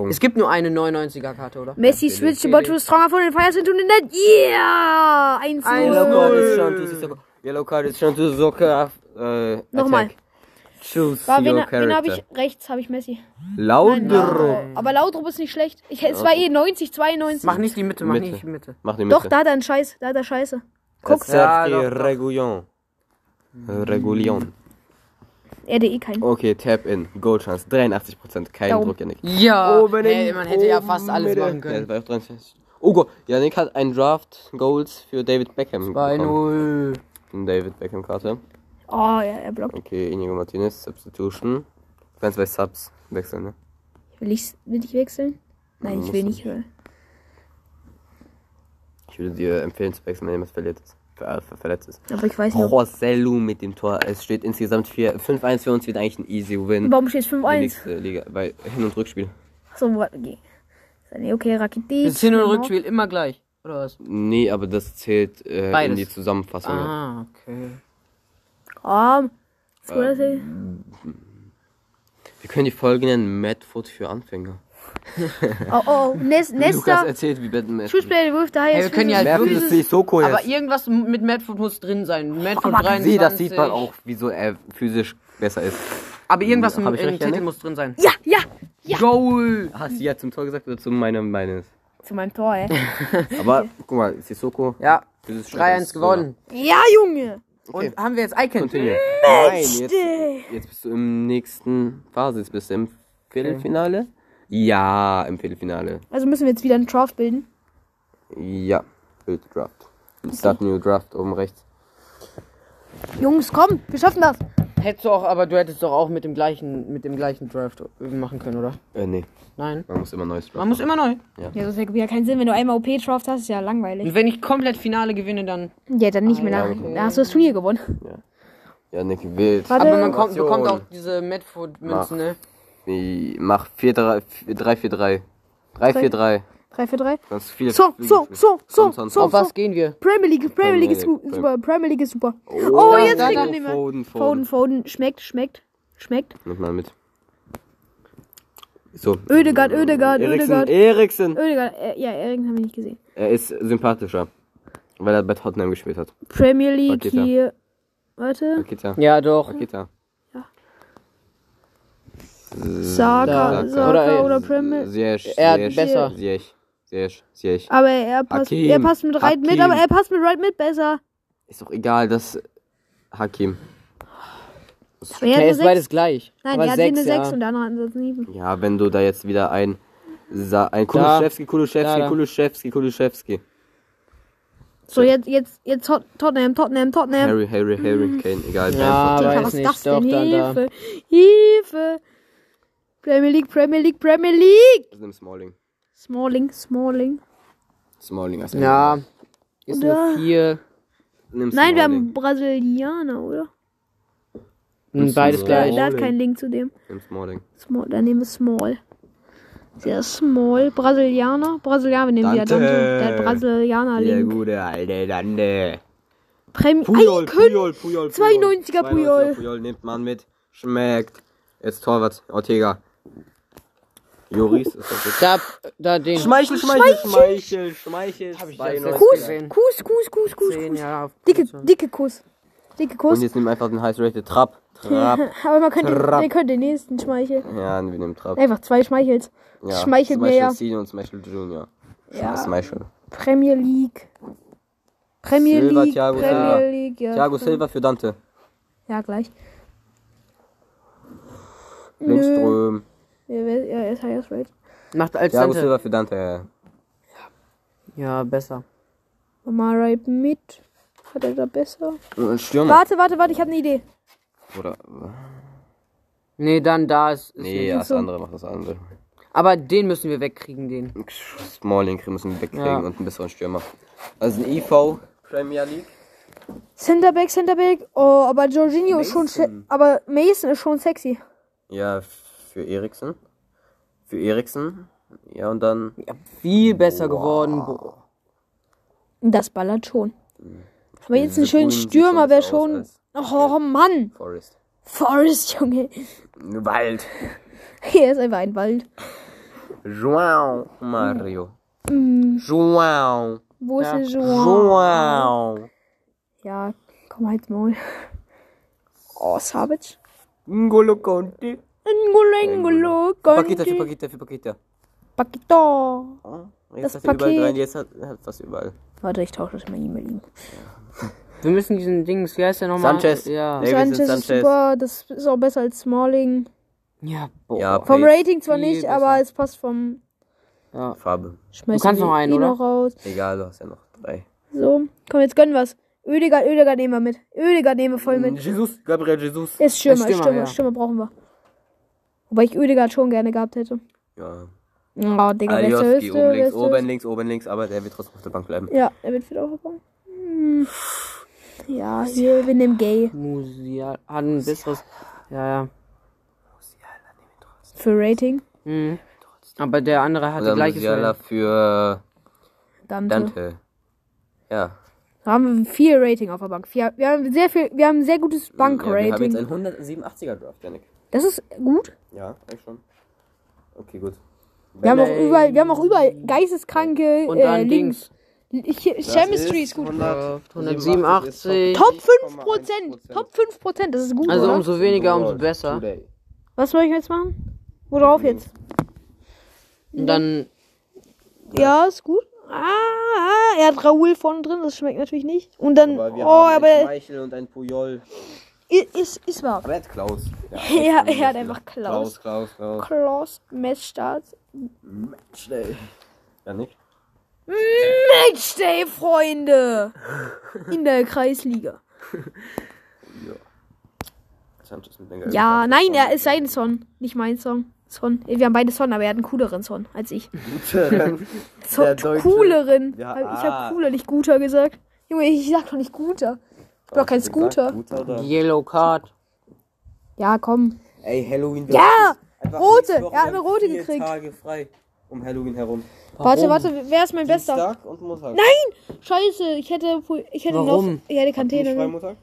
S4: Es gibt nur eine 99er-Karte, oder?
S3: Messi switched the ball to a stronger opponent, fires into the net. Yeah! 1
S4: Eins,
S2: Yellow Card
S3: 0.
S4: null.
S2: ist schon to Sissoko. Yellow Card ist schon to Soccer. Äh,
S3: Nochmal.
S2: Attack. Choose
S3: War, wen
S2: your
S3: wen habe ich?
S2: character.
S3: Rechts habe ich Messi.
S2: Laudero.
S3: Aber Lautrup ist nicht schlecht. Ich, es war eh 90, 92.
S4: Mach nicht die Mitte, mach
S2: Mitte.
S4: nicht die Mitte.
S2: Mach die Mitte.
S3: Doch, da hat er einen Scheiß. Da hat er Scheiße.
S2: Guck.
S4: Ja,
S2: Sergi
S4: doch, doch.
S2: Regulion. Regulion.
S3: Er hatte eh
S4: Oh.
S3: keinen.
S2: Okay, Tap in. Goal Chance. 83%. Kein
S3: Daumen.
S2: Druck, Yannick.
S4: Ja,
S2: Oben
S4: hey,
S2: in-
S4: man hätte ja
S2: Oh, oben
S4: fast alles
S2: Mitte.
S4: machen
S2: Ja,
S4: können.
S2: das war auch 53. Oh Gott, Yannick hat einen Draft Goals für David Beckham.
S4: Bei
S2: bekommen.
S4: null.
S2: Eine David Beckham Karte.
S3: Oh, ja, er blockt.
S2: Okay, Inigo Martinez, Substitution. Du kannst bei Subs wechseln, ne?
S3: Will ich, will ich wechseln? Nein, ich will nicht. äh.
S2: Ich würde dir empfehlen zu wechseln, wenn jemand verletzt ist. Ver äh, ver verletzt ist.
S3: Aber ich weiß
S4: Oh,
S3: nicht. ob-
S2: Porcello mit dem Tor. Es steht insgesamt vier- 5-1 für uns, wird eigentlich ein easy win.
S3: Warum steht es
S2: Die
S3: 5-1?
S2: nächste Liga, bei Hin- und Rückspiel.
S3: So, wo- okay. Okay, Rakete.
S4: Das Hin- und Rückspiel immer gleich. Oder was?
S2: Nee, aber das zählt äh, in
S4: Beides.
S2: die Zusammenfassung. Oh, ja.
S4: Ah, okay.
S3: Komm. So, dass ich-
S4: Ähm.
S2: Wir können die Folge nennen Madfoot für Anfänger.
S3: Oh, oh. Nes,
S2: Lukas
S3: Nesta.
S2: erzählt, wie Batman
S3: Schussplayer, der wirft daher.
S4: Hey, wir können ja
S2: Merken
S4: wirklich-
S2: ist nicht so cool
S4: Aber
S2: jetzt.
S4: irgendwas m- mit Medford muss drin
S3: Oh,
S4: sein. Medford
S2: Aber
S4: 23.
S2: Oh, sieh, das sieht man auch, wieso er physisch besser ist.
S4: Aber irgendwas im,
S2: Hab
S4: im
S2: ich recht,
S4: Titel
S2: Janik?
S4: muss drin sein.
S3: Ja, ja.
S4: Goal!
S2: Hast du ja Ah, zum Tor gesagt oder zu meinem meines?
S3: Zu meinem Tor, ey.
S2: Aber guck mal, Sissoko.
S4: Ja,
S2: physisch stärker
S4: 3-1
S2: ist so.
S4: gewonnen.
S3: Ja, Junge.
S2: Okay.
S4: Und haben wir jetzt Icon?
S2: Continue. Nein, jetzt, jetzt bist du im nächsten Phase. Jetzt bist du im Viertelfinale. Ja, im Viertelfinale.
S3: Also müssen wir jetzt wieder einen Draft bilden.
S2: Ja, Bild Draft. Start New Draft oben rechts.
S3: Jungs, komm, wir schaffen das.
S4: Hättest du auch, aber du hättest doch auch mit dem gleichen, mit dem gleichen Draft machen können, oder?
S2: Äh, nee,
S4: Nein.
S2: man muss immer neues Draft.
S4: Man muss immer neu.
S3: Ja, das hat ja keinen Sinn, wenn du einmal OP-Draft hast, ist ja langweilig.
S4: Und wenn ich komplett Finale gewinne, dann.
S3: Ja, dann nicht mehr
S2: ja,
S3: nach.
S2: okay.
S3: Da hast du das Turnier gewonnen.
S2: Ja, Nick wild.
S3: Warte.
S4: Aber man kommt,
S2: Motivation.
S4: bekommt auch diese Medford-Münzen, ne?
S2: Wie, mach 4-3-4-3. 3-4-3.
S3: 3 für 3.
S2: Ganz viel.
S3: So, so, so, so,
S2: Komm, sonst-
S3: so,
S4: Auf was
S3: so.
S4: gehen wir?
S3: Premier League, Premier League ist
S2: Premier
S3: gut-
S2: League,
S3: super, Premier League ist super. Oh,
S4: da,
S3: jetzt
S4: da,
S3: kriegt
S4: da.
S3: man den mal.
S2: Foden,
S3: Foden,
S2: Foden.
S3: Foden, schmeckt, schmeckt, schmeckt.
S2: Nimm mal mit. So.
S3: Ödegard, Ödegard, Ödegard.
S2: Eriksen.
S3: Ödegaard, äh, ja, Eriksen haben wir nicht gesehen.
S2: Er ist sympathischer, weil er bei Tottenham gespielt hat.
S3: Premier League
S2: Rakete.
S3: hier. Warte,
S2: Akita.
S4: Ja, doch.
S2: Akita.
S3: Saka,
S2: Saka.
S3: Saka
S4: Oder,
S3: oder,
S4: äh,
S3: Premier.
S2: Ziyech,
S4: Er hat
S2: Ziyech,
S4: besser.
S2: Ziyech, Ziyech, Ziyech.
S3: Aber er passt,
S2: Hakim,
S3: er passt mit Reit mit,
S2: Hakim.
S3: aber er passt mit Reit mit besser.
S2: Ist doch egal, das Hakim.
S3: Aber er hat
S4: Ja,
S3: eine
S4: ist beides
S3: sechs.
S4: gleich.
S3: Nein,
S4: aber
S3: er hat hier
S4: sechs,
S3: eine 6
S4: ja.
S3: und der andere hat eine 7.
S2: Ja, wenn du da jetzt wieder ein Sa ein Kulischewski,
S4: Da,
S2: Kulischewski,
S4: da.
S2: Kulischewski, Kulischewski.
S3: So, jetzt, jetzt, jetzt Tot- Tottenham, Tottenham, Tottenham.
S2: Harry, Harry, Harry, Kane, egal.
S4: Mhm.
S2: Bamford.
S4: Ja, aber-
S3: Digga,
S4: Weiß
S3: was ist
S4: nicht,
S3: das denn?
S4: doch, dann da.
S3: Hilfe! Hilfe! Premier League, Premier League, Premier League!
S2: Nimm Smalling.
S3: Smalling, Smalling.
S2: Smalling hast du.
S4: Ja. Ist
S3: Oder-
S4: eine 4.
S2: Nimm
S3: Nein, wir haben
S2: Smalling.
S3: Brasilianer, oder?
S2: Nimmst du
S4: Beides
S2: so.
S3: Da,
S4: gleich.
S3: da hat
S2: Smalling.
S3: kein Link zu dem.
S2: Nimm Smalling.
S3: Small, dann nehmen wir Small. Der Small, Brasilianer, Brasilianer, wir nehmen ja
S2: Dante.
S3: Dante. Der hat Brasilianer
S2: Der
S3: Link.
S2: gute alte Lande.
S3: Prämie.
S2: Puyol,
S3: Ei, können-
S2: Puyol, Puyol, Puyol.
S3: 92er Puyol.
S2: Puyol nimmt man mit. Schmeckt. Jetzt Torwart, Ortega. Joris ist das jetzt.
S4: Da, da den.
S2: Schmeichel, Schmeichel, Schmeichel, Schmeichel.
S4: Hab ich
S2: 92.
S4: jetzt
S3: Kuss,
S4: gesehen.
S3: Kuss, Kuss, Kuss, Kuss,
S4: Zehn
S3: Kuss.
S4: Jahre auf
S3: Dicke,
S4: Position.
S3: dicke Kuss. Dicke
S2: Und
S3: Kuss.
S2: jetzt nehmen wir einfach den heiß rated Trapp. Trapp.
S3: Aber man könnte,
S2: Trapp.
S3: ihr könnt den nächsten schmeicheln.
S2: Ja, wir nehmen Trapp.
S3: Einfach zwei Schmeichels.
S2: Ja.
S3: schmeichelt Ah. mir ja.
S2: Schmeichel Senior und Schmeichel Junior.
S3: Ja.
S2: Schmeichel.
S3: Premier League. Premier
S2: Silva,
S3: League.
S2: Thiago
S3: Premier
S2: Silva.
S3: League, ja.
S2: Thiago Silva für Dante.
S3: Ja, gleich. Nö.
S2: Lindström.
S3: Ja, wer- ja, er ist halt highest rate.
S4: Macht als
S2: Thiago
S4: Sante.
S2: Silva für Dante.
S4: Ja, besser.
S3: Amara mit. Hat er da besser?
S2: Und Stürmer.
S3: Warte, warte, warte, ich habe eine Idee.
S2: Oder.
S4: Nee, dann da ist. ist
S2: Nee,
S4: nicht.
S2: ja, das andere macht das andere.
S4: Aber den müssen wir wegkriegen, den.
S2: Smalling müssen wir wegkriegen
S4: Ja.
S2: und ein bisschen Stürmer. Also ein IV. Premier League.
S3: Centerback, Centerback. Oh, aber Jorginho ist schon. se- Aber Mason ist schon sexy.
S2: Ja, für Eriksen. Für Eriksen. Ja, und dann.
S4: Viel besser geworden. Bo-
S3: Das ballert schon. Aber jetzt
S2: Hm.
S3: einen
S2: Diese
S3: schönen
S2: Bullen sieht
S3: Stürmer wäre
S2: sonst
S3: schon.
S2: aus
S3: Oh Mann!
S2: Forest.
S3: Forest, Junge.
S2: Wald.
S3: Hier ist einfach ein Wald.
S2: João Mario. João.
S3: Wo ist
S4: Ja.
S3: der João?
S2: João.
S3: Ja, komm halt mal. Oh, Savage.
S2: Ngolo Conte.
S3: Ngolo, Ngolo,
S2: Pakita für
S3: Conte.
S2: Pakita für Pakita.
S3: Paquito. Das
S2: Jetzt hat er überall
S3: Paket.
S2: rein, jetzt hat er fast überall.
S3: Warte, ich tausche das mal ihm mit ihm.
S4: Wir müssen diesen Dings, wie heißt der nochmal?
S2: Sanchez.
S4: Ja.
S2: Davidson
S3: Sanchez ist
S2: Sanchez.
S3: super, das ist auch besser als Smalling.
S4: Ja, boah.
S2: Ja,
S3: Vom
S2: Pace,
S3: Rating zwar nicht,
S4: Viel
S3: aber es passt vom
S4: Ja.
S2: Farbe.
S3: Schmeißen.
S4: kannst noch
S3: wir
S4: einen,
S3: ihn
S4: oder?
S3: Noch raus.
S2: Egal, du hast ja noch drei.
S3: So, komm, jetzt gönnen wir's. Ödegaard, Ödegaard nehmen wir mit. Ödegaard nehmen wir voll mit.
S2: Hm, Jesus, Gabriel Jesus.
S3: Ist Stürmer,
S4: Mhm. Stürmer,
S3: Stürmer, Stürmer,
S4: ja.
S3: brauchen wir. Wobei ich Ödegaard schon gerne gehabt hätte.
S2: Ja.
S3: Oh, Digga, wer ist der
S2: Alioski,
S3: Höchste?
S2: oben
S3: Wer
S2: links,
S3: ist der
S2: oben
S3: Höchste?
S2: links, oben links, aber der wird trotzdem auf der Bank bleiben.
S3: Ja, er wird wieder aufgebaut. Hm. Ja, hier, wir nehmen Gay.
S4: Musial. Hat ein besseres. Ja, ja.
S3: Für Rating.
S4: Mhm. Aber der andere
S2: Und
S4: hatte
S2: dann
S4: gleiches.
S2: Musiala
S4: Rating.
S2: für
S3: Dante.
S2: Dante. Ja.
S3: Da haben wir viel Rating auf der Bank. Wir, wir haben sehr viel, wir haben ein sehr gutes
S2: ja, wir haben
S3: Bank-Rating.
S2: jetzt einen 187er Draft, Janik.
S3: das ist gut.
S2: Ja, eigentlich schon. Okay, gut.
S3: Wir haben, auch
S4: Belay.
S3: überall, wir haben auch überall geisteskranke
S4: Und
S3: äh,
S4: dann
S3: Links.
S4: Dings.
S3: Hier, Chemistry ist gut.
S4: 187.
S3: Top 5%! Top 5%, das ist gut,
S4: Also
S3: oder?
S4: umso weniger, umso besser.
S2: Today.
S3: Was soll ich jetzt machen? Worauf jetzt?
S4: Und dann.
S3: Ja, ist gut. Ah, er hat Raoul vorne drin, das schmeckt natürlich nicht. Und dann,
S2: Aber wir
S3: oh,
S2: haben einen
S3: aber
S2: Schmeichel und einen Puyol.
S3: ist, ist, ist wahr.
S2: Aber er hat Klaus. Ja,
S3: Ja, er hat einfach Klaus.
S2: Klaus, Klaus, Klaus.
S3: Klaus, Matchstart.
S2: Schnell. Ja, nicht?
S3: Matchday, Freunde! In der Kreisliga.
S2: Sanchez mit Wenger.
S3: Ja, nein, er ist sein Son, nicht mein Son. Son. Wir haben beide Son, aber er hat einen cooleren Son als ich. So,
S2: Der Deutsche.
S3: cooleren.
S2: Ja,
S3: Hab- ich
S2: ah.
S3: habe cooler, nicht guter gesagt. Junge, ich sag doch nicht guter. Ich bin doch kein Scooter.
S2: Guter oder?
S4: Yellow Card.
S3: Ja, komm.
S2: Ey, Halloween.
S3: Ja!
S2: Einfach
S3: Rote.
S2: nächste Woche,
S3: Er hat eine
S2: wir haben
S3: rote
S2: vier
S3: gekriegt.
S2: Tage frei um Halloween herum.
S3: Warte, warte, wer ist mein Bester?
S2: Dienstag und Montag. Nein!
S3: Scheiße, ich hätte, ich hätte
S4: Warum?
S3: noch. Ich hätte ne?
S2: Nicht frei
S3: Kantine.
S2: Montag?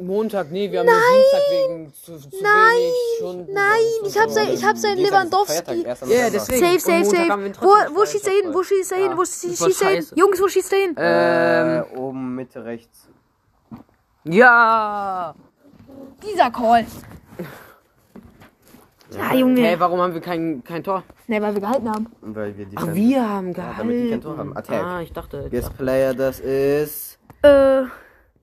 S4: Montag, nee, wir haben Nein. Dienstag wegen zu, zu Nein. wenig Stunden. Also
S3: Nein, ich hab sein, ich hab sein
S2: Dienstag ist
S3: Lewandowski.
S2: Feiertag, 1.
S4: Ja,
S2: November.
S4: deswegen.
S3: Safe,
S4: Und
S3: safe,
S4: Montag
S3: safe.
S4: haben wir trotzdem
S3: Wo, wo schießt er hin? Wo schießt er hin? Wo schießt
S4: Das war
S3: schießt er hin?
S4: scheiße.
S3: Jungs, wo schießt er hin?
S4: Ähm,
S2: Äh, oben Mitte rechts.
S4: ja.
S3: Dieser Call. Ja,
S4: Hey,
S3: Junge.
S4: warum haben wir kein, kein Tor?
S3: Ne, weil wir gehalten haben.
S2: Weil wir die
S4: Ach,
S2: Fan-
S4: wir haben
S2: Ja,
S4: gehalten.
S2: damit die kein Tor haben. Attack.
S4: Ah, ich dachte.
S2: Yes, Player, das ist.
S3: Äh,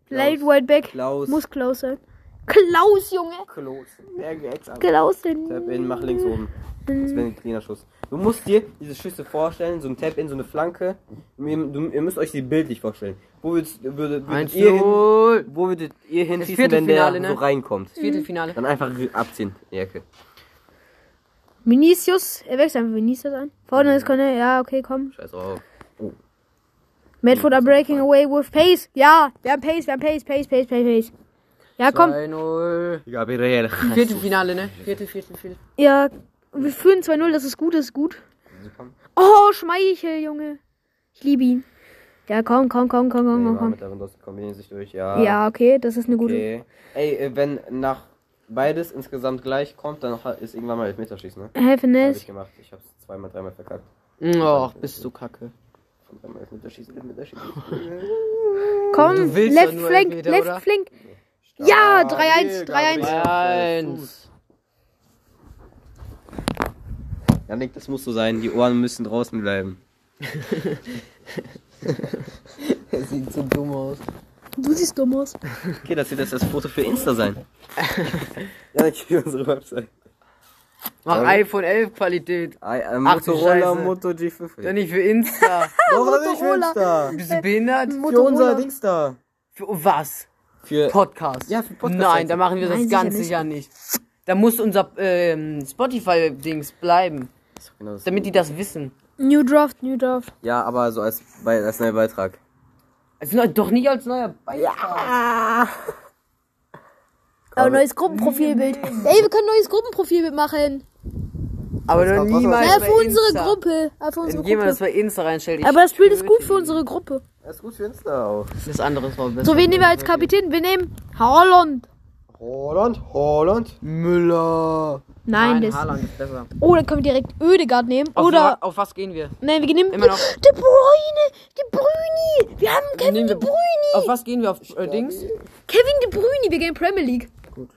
S3: Late White Back.
S2: Klaus.
S3: Muss Klaus sein. Klaus, Junge.
S2: Klos. Mehr Gags ab.
S3: Klaus, denn.
S2: Tap-In, mach links oben. Das wäre ein cleaner Schuss. Du musst dir diese Schüsse vorstellen, so ein Tap-In, so eine Flanke. Ihr, du, ihr müsst euch die bildlich vorstellen. Wo würdet, würdet, würdet,
S4: 1
S2: ihr, hin,
S4: 0.
S2: wo würdet ihr hinschießen, wenn der
S4: Viertelfinale,
S2: so
S4: ne?
S2: reinkommt?
S4: Viertelfinale.
S2: Dann einfach abziehen, die Ecke.
S3: Vinicius. Er wächst einfach Vinicius ein.
S2: Mhm.
S3: Vorne ist Conner. Ja, okay, komm.
S2: Scheiß drauf.
S3: Medford are breaking away with pace. Ja, wir haben Pace, wir haben Pace, Pace, Pace, Pace, Pace. Ja, komm.
S4: 2-0.
S2: Gabriel.
S4: Viertelfinale, ne? Viertel, Viertel, Viertel.
S3: Ja, wir führen 2-0, das ist gut, das ist gut. Oh, Schmeichel, Junge. Ich liebe ihn. Ja, komm, komm, komm, komm,
S2: Nee,
S3: komm,
S2: machen
S3: komm,
S2: mit darin aus, kombinieren sich durch, ja.
S3: komm. Ja, okay, das ist eine gute.
S2: Okay. Ey, äh, wenn nach beides insgesamt gleich kommt, dann ha- ist irgendwann mal Elfmeterschießen, ne? Hab ich
S3: Happiness.
S2: gemacht. Ich hab's zweimal, dreimal verkackt.
S4: Och, bist du kacke.
S2: Von dreimal Elfmeterschießen, Elfmeterschießen.
S3: Komm,
S4: Du willst
S3: left
S4: doch nur
S3: flank,
S4: Elfmeter, oder?
S3: left flank.
S2: Ah,
S3: Ja, 3-1, 3-1.
S4: Eins.
S2: Janik, das muss so sein. Die Ohren müssen draußen bleiben.
S4: Der sieht so dumm aus.
S3: Du siehst dumm aus.
S2: Okay, das wird jetzt das Foto für Insta sein. Janik, hier unsere Website.
S4: Mach iPhone 11 Qualität.
S2: I, äh,
S4: Ach, du
S2: Motorola
S4: Scheiße.
S2: Moto G5.
S4: Doch nicht für Insta.
S2: Doch, das ist für Insta.
S4: Bist du behindert?
S2: Für unser Dings da.
S4: Für was?
S2: Für
S4: Podcast.
S2: Ja, für Podcast.
S4: Nein, da machen wir das
S3: Nein, sicher
S4: ganz sicher nicht. Da muss unser ähm, Spotify-Dings bleiben,
S2: Genau, das-
S4: damit die das wissen.
S3: New Draft, New Draft.
S2: Ja, aber so als, bei, als neuer Beitrag.
S4: Also ne, doch nicht als neuer Beitrag.
S3: Aber Äh, neues Gruppenprofilbild. Ey, wir können neues Gruppenprofilbild machen.
S4: Aber noch
S2: kommt was
S4: niemals
S3: Ja,
S4: bei
S3: für unsere
S4: Insta.
S3: Gruppe. Ja, für unsere
S4: Wenn jemand das
S3: Gruppe.
S4: bei Insta reinstellt, ich
S3: Aber das Bild ist
S4: schwöre
S3: gut
S4: dir,
S3: für unsere Gruppe.
S2: Das ist gut für Insta auch.
S4: Das andere ist besser.
S3: So, wen nehmen wir als Kapitän? Wir nehmen Haaland.
S2: Holland, Holland.
S4: Müller.
S3: Nein,
S4: Nein,
S3: das.
S4: Haaland ist besser.
S3: Oh, dann können wir direkt Ödegard nehmen.
S4: Auf,
S3: Oder.
S4: auf was gehen wir?
S3: Nein, wir nehmen.
S4: Immer noch.
S3: De Bruyne! De Bruyne! Wir haben Kevin
S4: Nehmen
S3: De
S4: wir-
S3: Bruyne!
S4: Auf was gehen wir? Auf äh, Dings?
S3: Kevin De Bruyne, wir gehen Premier League. Gut.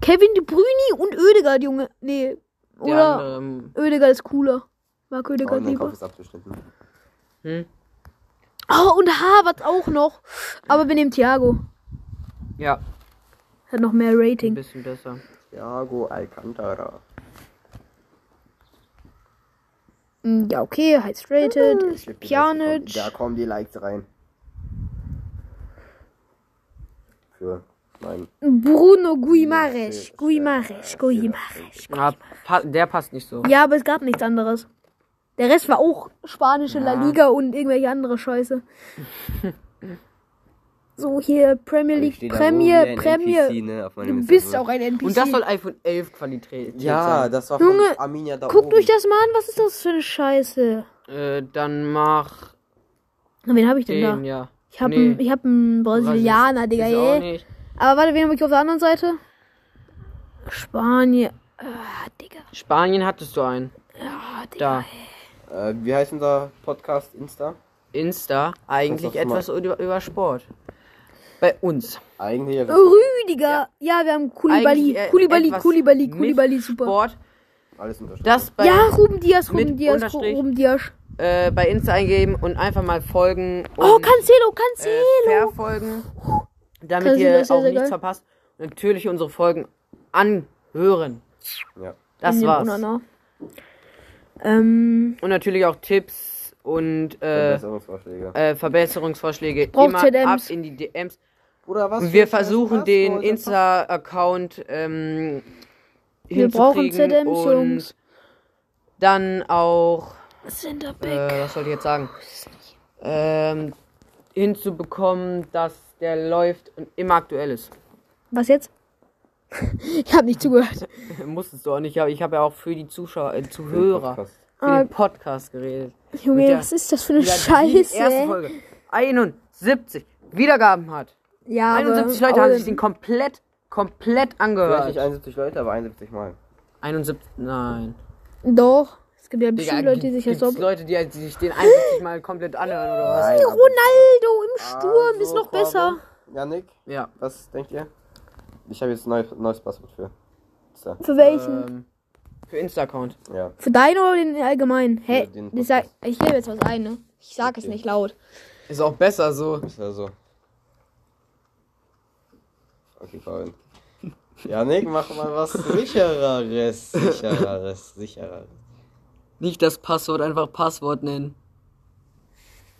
S3: Kevin De Bruyne und Ödegard, Junge. Nee.
S4: Der
S3: Oder
S4: andere, ähm,
S3: Ödegard ist cooler. Mag
S2: Oh,
S3: Ödegard
S2: mein Kopf
S3: lieber.
S2: ist abgeschnitten.
S3: Oh, und Harvard auch noch. Aber wir nehmen Thiago.
S4: ja,
S3: Hat noch mehr
S4: ein
S3: Rating.
S4: bisschen besser.
S2: Thiago Alcantara.
S3: Mm, Ja, okay. Heißt Rated.
S2: Ah,
S3: Ist Pjanic.
S2: Da kommen die Likes rein. Für mein
S3: Bruno Guimares. Guimares. Guimares.
S4: Ja, Ah, pa der passt nicht so.
S3: Ja, aber es gab nichts anderes. Der Rest war auch spanische La Liga und irgendwelche andere Scheiße. So hier Premier
S2: Ich
S3: League,
S2: steh da oben wie
S3: Premier,
S2: ein
S3: Premier.
S2: NPC, ne, auf meinem
S3: Du bist
S2: Instagram.
S3: auch ein NPC.
S4: Und das soll iPhone 11 Qualität
S2: Ja,
S4: sein.
S2: das war
S3: Junge,
S2: von Arminia da
S3: Guckt
S2: oben.
S3: euch das mal an, was ist das für eine Scheiße?
S4: Äh, dann mach
S3: Na, wen habe ich denn
S4: den,
S3: da?
S4: ja.
S3: Ich habe
S4: Nee.
S3: einen, ich hab einen Brasilianer, Digga,
S4: Ist auch
S3: ey.
S4: nicht.
S3: Aber warte, wen habe ich auf der anderen Seite? Spanien. Ah, Digga.
S4: Spanien hattest du einen.
S3: Ah, Digga.
S4: Da.
S2: Äh, wie heißt unser Podcast Insta?
S4: Insta.
S2: Lass
S4: Eigentlich
S2: das mal.
S4: etwas über, über Sport. Bei uns.
S2: Eigentlich aber
S3: Rüdiger. Ja, wir haben Kulibali.
S4: Eigentlich, äh,
S3: Kulibali,
S4: etwas
S3: Kulibali,
S4: mit
S3: Kulibali, super.
S4: Sport.
S2: alles unterschrieben.
S4: Das bei,
S3: Ja, Ruben Dias, Ruben
S4: Mit
S3: Dias,
S4: Unterstrich.
S3: Ruben Dias.
S4: äh, bei Insta eingeben und einfach mal folgen. Und,
S3: Oh, Cancelo,
S4: äh,
S3: Cancelo.
S4: verfolgen. Damit
S3: Cancelo
S4: ihr
S3: ist sehr,
S4: auch
S3: sehr
S4: nichts
S3: geil.
S4: verpasst. Und natürlich unsere Folgen anhören.
S2: Ja.
S4: Das
S3: In dem
S4: war's.
S3: Onana. Ähm,
S4: Und natürlich auch Tipps und äh,
S2: Verbesserungsvorschläge.
S4: äh, Verbesserungsvorschläge.
S3: brauch
S4: Immer ab
S3: ZMs.
S4: in die DMs.
S2: Oder was? Oh,
S4: Und wir
S2: für ein
S4: versuchen
S2: Spaß,
S4: den
S2: Leute?
S4: Insta-Account ähm,
S3: Wir brauchen
S4: hinzukriegen
S3: ZMs,
S4: und
S3: Jungs.
S4: Dann auch, äh,
S3: Centerback.
S4: was sollte ich jetzt sagen?
S3: Oh,
S4: Ähm, hinzubekommen, dass der läuft und immer aktuell ist.
S3: Was jetzt? ich habe nicht zugehört.
S4: Musstest du auch nicht, aber ich habe ja auch für die Zuschauer, äh, Zuhörer,
S2: Podcast.
S4: für den Podcast geredet.
S3: Junge,
S4: Mit der-
S3: was ist das für Ah, eine
S4: Ja, die
S3: Scheiße?
S4: Erste Folge. 71 Wiedergaben hat.
S3: Ja, aber,
S4: 71 Leute haben
S3: aber-
S4: sich den komplett, komplett
S2: Vielleicht nicht
S4: angehört.
S2: 71 Leute, aber 71 Mal.
S4: 71, nein.
S3: Doch. Es gibt ja
S4: Digga,
S3: bestimmt Leute, die sich das
S4: gibt's
S3: so.
S4: Leute, die, die sich den 71 mal komplett anhören oder was?
S3: Ronaldo
S2: Ah,
S3: im Sturm ist noch besser.
S2: Janik,
S4: Ja.
S2: was denkt ihr? Ich habe jetzt ein neues, neues Passwort für. Insta.
S3: Für welchen?
S4: Ähm, für Insta-Account.
S2: Ja.
S3: Für deinen oder den allgemeinen? Hä?
S2: den
S3: ich, sag, ich gebe jetzt was ein, ne? Ich sag es
S2: Okay.
S3: nicht laut.
S4: Ist auch besser so.
S2: Ist ja so. Okay, Colin. Janik, mach mal was sichereres. Sichereres, sichereres.
S4: Nicht das Passwort, einfach Passwort nennen.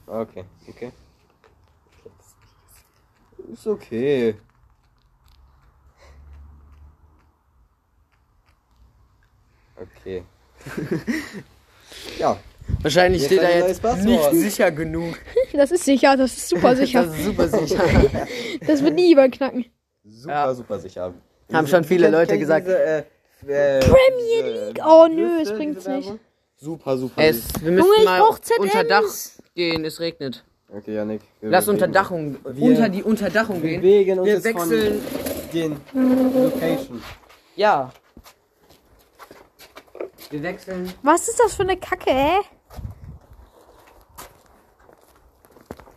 S2: Okay, okay. Ist okay. Okay. ja.
S4: Wahrscheinlich
S2: Jetzt
S4: steht da
S2: ein
S4: jetzt
S2: neues
S4: nicht
S2: Passwort.
S4: sicher genug.
S3: Das ist sicher, das ist super sicher.
S4: Das ist super sicher.
S3: das wird nie jemand knacken.
S2: Super,
S4: Ja.
S2: super sicher.
S4: Haben schon viele
S2: Kennt-
S4: Leute
S2: kennt ihr
S4: gesagt.
S2: Diese, äh, äh, Premier League?
S3: Oh, nö, es bringt's nicht.
S2: Super, super.
S4: es, wir müssen
S3: Junge, ich
S4: mal
S3: brauch ZMs.
S4: unter Dach gehen, es regnet.
S2: Okay, Janik. wir
S4: Lass
S2: bewegen
S4: Unterdachung,
S2: Wir-
S4: unter die Unterdachung
S2: uns. Wir
S4: gehen.
S2: bewegen uns
S4: Wir
S2: jetzt
S4: wechseln.
S2: von den Location.
S4: Ja. Wir wechseln.
S3: Was ist das für eine Kacke, hä?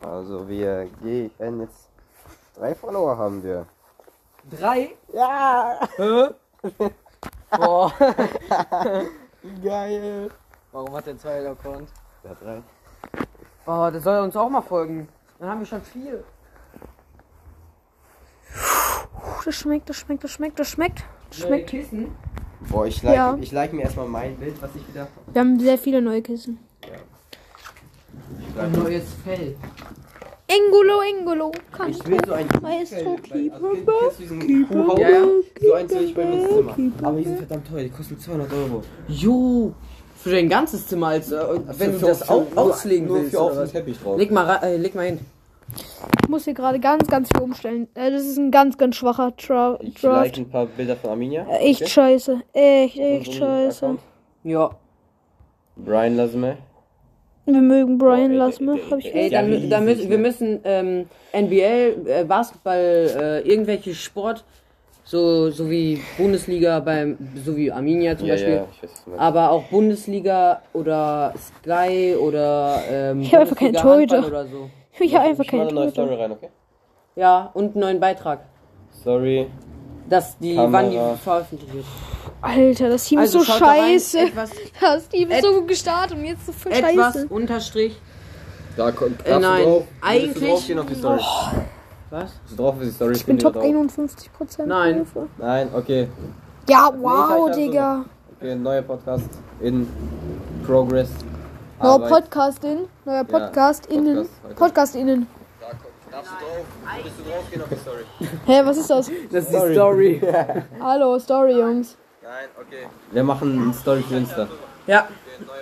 S2: Also wir gehen jetzt. Drei Follower haben wir.
S4: Drei.
S2: Ja! Hä?
S4: Boah.
S2: Geil!
S4: Warum hat der zwei Account?
S2: Ja, drei.
S4: Oh, der soll uns auch mal folgen. Dann haben wir schon vier.
S3: Puh, das schmeckt, das schmeckt, das schmeckt, das schmeckt. Das
S4: Neue
S3: schmeckt.
S4: Kissen.
S2: Boah, ich like,
S3: Ja.
S2: ich like mir erstmal mein Bild, was ich wieder.
S3: Wir haben sehr viele neue Kissen.
S4: Ein neues Fell.
S3: Engolo, Engolo. Kann
S2: Ich will so ein.
S3: Maestro Keeper.
S2: Also, kennst du diesen Kuhhaus?
S4: Ja, ja.
S2: So eins will ich bei mir ins Zimmer. Aber die sind verdammt teuer, die kosten 200 Euro.
S4: Jo. Für dein ganzes Zimmer, als äh, wenn du das au auslegen
S2: nur
S4: willst.
S2: Nur für auf
S4: Oder
S2: den
S4: was?
S2: Teppich drauf.
S4: Leg mal, ra- äh, leg mal hin.
S3: Ich muss hier gerade ganz, ganz viel umstellen. Äh, Das ist ein ganz, ganz schwacher Tra
S2: Ich like
S3: Draft.
S2: ein paar Bilder von Arminia.
S3: Äh, Echt
S2: Okay.
S3: scheiße. Echt,
S2: Von so
S3: echt
S2: einem
S3: scheiße.
S2: Account.
S4: Ja.
S2: Brian Lasme.
S3: Wir mögen Brian
S2: Boah, ey,
S3: Lassme.
S2: ey,
S3: Hab ich
S4: Ey,
S2: Ja,
S4: dann,
S2: riesig,
S4: dann müssen,
S2: ne?
S4: wir müssen ähm, NBL, äh, Basketball, äh, irgendwelche Sport, so, so wie Bundesliga, beim, so wie Arminia zum
S2: Ja,
S4: Beispiel,
S2: ja, ich weiß, was du
S3: Ah,
S2: meinst.
S4: aber auch Bundesliga oder Sky oder ähm,
S3: Ich hab einfach keinen
S4: Bundesliga Handball
S3: Torhüter.
S4: oder so.
S3: Ich hab einfach
S2: Ich mach
S3: keine
S2: eine neue
S3: Torhüter.
S2: Story rein, okay?
S4: Ja, und einen neuen Beitrag,
S2: Sorry.
S4: dass die,
S2: Kamera.
S4: wann die veröffentlicht wird.
S3: Alter, das Team ist so
S4: Also schaut da rein,
S3: scheiße.
S4: etwas,
S3: Das Team ist
S4: Et-
S3: so gut gestartet und jetzt so voll
S4: etwas
S3: scheiße.
S4: unterstrich.
S2: Da kommt.
S4: Äh, nein. Eigentlich-
S2: Willst du draufgehen auf die Story? Willst
S4: Was?
S2: Du drauf auf die Story.
S3: Ich bin Top 51 Prozent.
S4: Nein.
S2: Nein, okay.
S3: Ja,
S2: Nee,
S3: wow,
S2: ich hab
S3: Digga.
S2: Okay, neuer Podcast in Progress.
S3: Neuer
S2: Arbeit.
S3: Podcast in. Neuer Podcast innen.
S2: Podcast heute.
S3: Podcast innen.
S2: Da kommt. Darfst du drauf? Willst du draufgehen auf die Story?
S3: Hä, was ist das?
S4: Das ist die Story.
S3: Hallo, Story, Jungs.
S2: Nein, okay. Wir machen eine Story für Insta.
S4: Ja.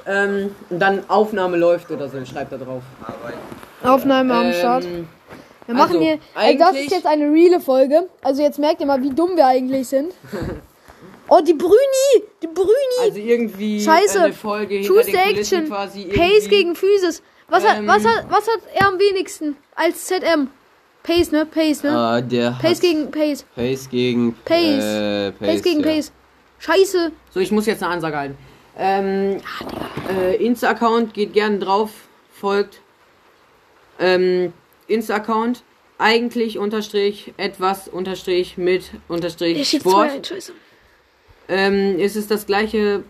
S4: Ähm, und dann Aufnahme läuft oder so, schreibt da drauf.
S3: Aufnahme am Start.
S4: Ähm,
S3: Wir machen
S4: also,
S3: hier. Ey, das
S4: eigentlich-
S3: ist jetzt eine reale Folge. Also jetzt merkt ihr mal, wie dumm wir eigentlich sind. Oh, die Brüni! Die Brüni!
S4: Also irgendwie
S3: Scheiße.
S4: eine Folge hinter
S3: Choose
S4: den
S3: the
S4: Kulissen
S3: action.
S4: quasi
S3: Pace
S4: irgendwie-
S3: gegen Physis. Was,
S4: Ähm.
S3: hat, was, hat, was hat er am wenigsten als ZM? Pace, ne? Pace,
S4: Äh,
S3: ne?
S6: Ah, der hat
S3: Pace gegen Pace.
S6: Pace gegen
S3: Pace.
S6: Äh,
S3: Pace, gegen
S6: ja.
S3: Pace. Scheiße.
S4: So, ich muss jetzt eine Ansage halten. Ähm, äh, Insta-Account, geht gerne drauf, folgt. Ähm, Insta-Account, eigentlich unterstrich, etwas unterstrich, mit unterstrich,
S3: Ich schieb zwei
S4: Sport.
S3: ein, scheiße.
S4: Ähm, es ist das gleiche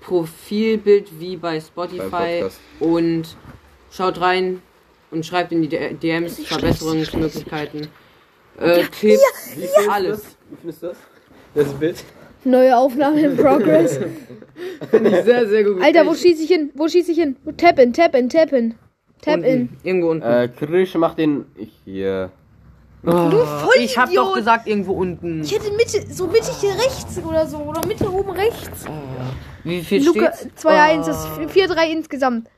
S4: Profilbild wie bei Spotify
S2: Podcast.
S4: und schaut rein und schreibt in die D- DMs Verbesserungsmöglichkeiten. Äh, Tipps, alles.
S2: Wie findest du das? Das Bild?
S3: Neue Aufnahme in Progress.
S4: Finde ich sehr, sehr gut.
S3: Alter, wo schieß ich hin? Wo schieß ich hin? Wo- Tap in, tap in, tap in. Tap in.
S4: Unten, Irgendwo unten.
S2: Äh, Krisch macht den. Hier.
S4: Ah. ich hab doch
S3: Vollidiot.
S4: gesagt, irgendwo unten.
S3: Ich hätte Mitte, so mittig hier rechts oder so. Oder Mitte oben rechts.
S4: Wie viel
S3: Luca,
S4: steht's? Ah,
S3: 2-1, das ist 4-3 insgesamt.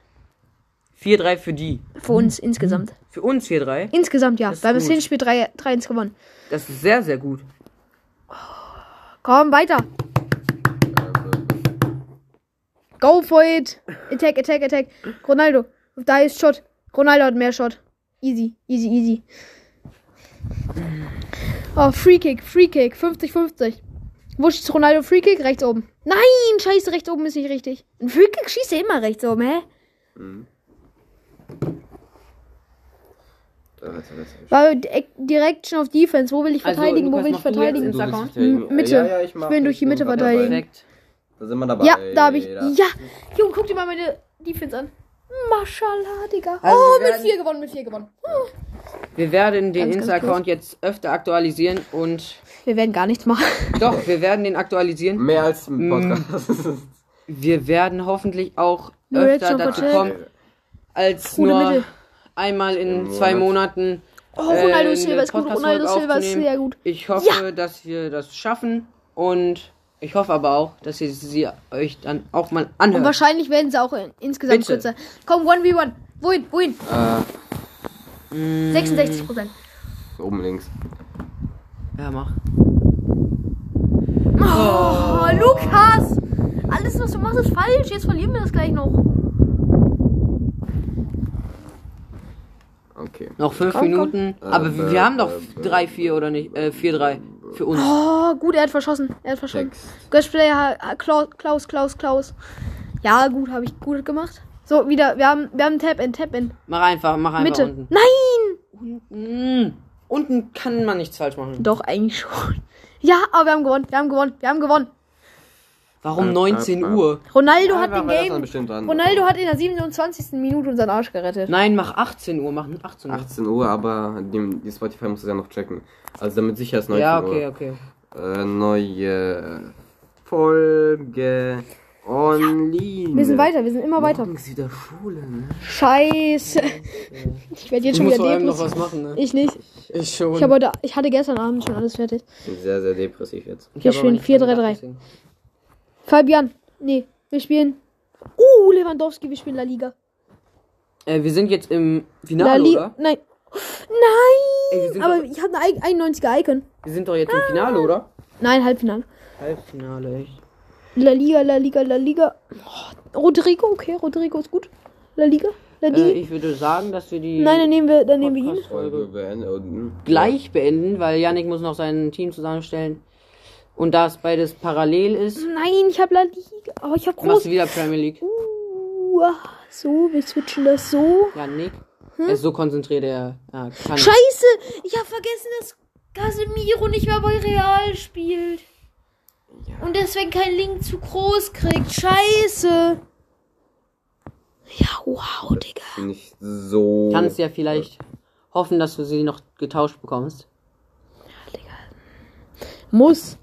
S4: 4-3 für die.
S3: Für uns insgesamt.
S4: Für uns 4-3.
S3: Insgesamt, ja.
S4: Das ist
S3: Wir haben das
S4: gut.
S3: Hinspiel 3 3-1 gewonnen.
S4: Das ist sehr, sehr gut.
S3: Komm, weiter. Go for it. Attack, attack, attack. Ronaldo. Da ist Shot. Ronaldo hat mehr Shot. Easy, easy, easy. Oh, Free Kick, Free Kick. 50-50. Wo schießt Ronaldo Free Kick? Rechts oben. Nein, scheiße, rechts oben ist nicht richtig. Ein Free Kick schießt er immer rechts oben, hä?
S2: Äh,
S3: War di- direkt schon auf Defense. Wo will ich verteidigen? Wo
S4: Also, Lukas,
S3: will ich
S4: machst du
S3: verteidigen?
S4: jetzt ins Account?
S3: Mitte. Ich will durch die Mitte verteidigen.
S4: Perfekt.
S2: Da sind wir dabei.
S3: Ja, da habe ich.
S2: Da.
S3: Ja. Junge, guck dir mal meine Defense an. Maschallah, Digga.
S4: Also
S3: oh,
S4: wir
S3: mit
S4: werden-
S3: 4 gewonnen, mit 4 gewonnen.
S4: Wir werden den
S3: Ganz, ganz
S4: Insta-Account jetzt öfter aktualisieren und.
S3: Wir werden gar nichts machen.
S4: Doch, wir werden den aktualisieren.
S2: Mehr als
S3: Mm.
S2: ein Podcast.
S4: Wir werden hoffentlich auch
S3: Nur jetzt
S4: öfter
S3: schon
S4: dazu
S3: verteilt.
S4: kommen, als
S3: Gute
S4: nur
S3: Mitte.
S4: einmal in zwei Monaten.
S3: Oh, Ronaldo
S4: eine
S3: Silva ist gut.
S4: Podcast-Folge
S3: Ronaldo Silva ist
S4: aufzunehmen.
S3: sehr gut.
S4: Ich hoffe, dass wir das schaffen und ich hoffe aber auch, dass ihr sie euch dann auch mal
S3: Und
S4: anhört.
S3: wahrscheinlich werden sie auch in, insgesamt
S4: Bitte.
S3: kürzer. Komm, 1v1. Wohin, wohin?
S2: äh,
S4: Äh, mm.
S3: 66 Prozent.
S2: oben links.
S4: Ja, mach.
S3: Oh, Lukas! Alles, was du machst, ist falsch. Jetzt verlieren wir das gleich noch.
S4: Noch fünf Minuten. Aber wir, wir haben doch 3-4 oder nicht? Äh, 4-3 für uns.
S3: Oh, gut, er hat verschossen. Er hat verschossen.
S2: Text.
S3: Götzplayer, Klaus, Klaus, Klaus, Klaus. Ja, gut, habe ich gut gemacht. So, wieder, wir haben, wir haben Tap-In, Tap-In.
S4: Mach einfach, mach einfach
S3: Mitte.
S4: unten.
S3: Nein!
S4: Mm. Unten kann man nichts falsch machen.
S3: Doch, eigentlich schon. Ja, aber wir haben gewonnen, wir haben gewonnen, wir haben gewonnen.
S4: Warum 19 Uhr?
S3: Ronaldo
S2: Ja,
S3: hat
S2: war-
S3: den
S2: war das dann
S3: Game.
S2: bestimmt dran.
S3: Ronaldo hat in der 27. Minute unseren Arsch gerettet.
S4: Nein, mach 18 Uhr, mach 18 Uhr.
S2: 18 Uhr, aber die, die Spotify muss es ja noch checken. Also damit sicher ist 19
S4: Ja, okay,
S2: Uhr.
S4: okay.
S2: Äh, neue Folge online.
S3: Wir sind weiter, wir sind immer weiter.
S2: Morgens wieder Schule, ne?
S3: Scheiße. Ich werde jetzt
S4: Ich
S3: schon
S4: muss
S3: wieder
S4: vor allem noch was
S3: depressiv.
S4: machen, ne?
S3: Ich nicht.
S4: Ich schon.
S3: Ich, hab heute, ich hatte gestern Abend schon alles fertig.
S2: Ich bin sehr, sehr depressiv jetzt.
S4: Ich
S3: Wir
S4: hab aber
S3: spielen
S4: nicht dran
S3: 4-3-3.
S4: gedacht, deswegen.
S3: Fabian, nee, wir spielen. Uh, Lewandowski, wir spielen La Liga.
S4: Äh, wir sind jetzt im
S3: La
S4: Finale,
S3: Liga.
S4: oder?
S3: Nein. Nein!
S4: Ey, wir, sind
S3: Aber Ah.
S4: doch,
S3: ich hatte ein 91er Icon.
S4: wir sind doch jetzt im Finale, oder?
S3: Nein, Halbfinale.
S4: Halbfinale, echt.
S3: La Liga, La Liga, La Liga. Oh, Rodrigo, okay, Rodrigo ist gut. La Liga, La Liga.
S4: Äh, ich Oh, würde sagen, dass wir die
S3: Nein, dann nehmen wir, dann nehmen wir ihn.
S4: Podcast-Folge
S2: Folge beendet. und-
S4: gleich beenden, weil Yannick muss noch sein Team zusammenstellen. Und da es beides parallel ist,
S3: Nein, ich habe La Liga. Oh, ich habe
S4: machst
S3: groß.
S4: du wieder Premier League.
S3: Uh, ah, so, wir switchen das so.
S4: Yannick ist so konzentriert, er er kann.
S3: Scheiße, ich habe vergessen, dass Casemiro nicht mehr bei Real spielt. Und deswegen kein Link zu groß kriegt. Scheiße. Ja, wow, Digga.
S2: Nicht so.
S4: Kannst ja vielleicht hoffen, dass du sie noch getauscht bekommst.
S3: Muss.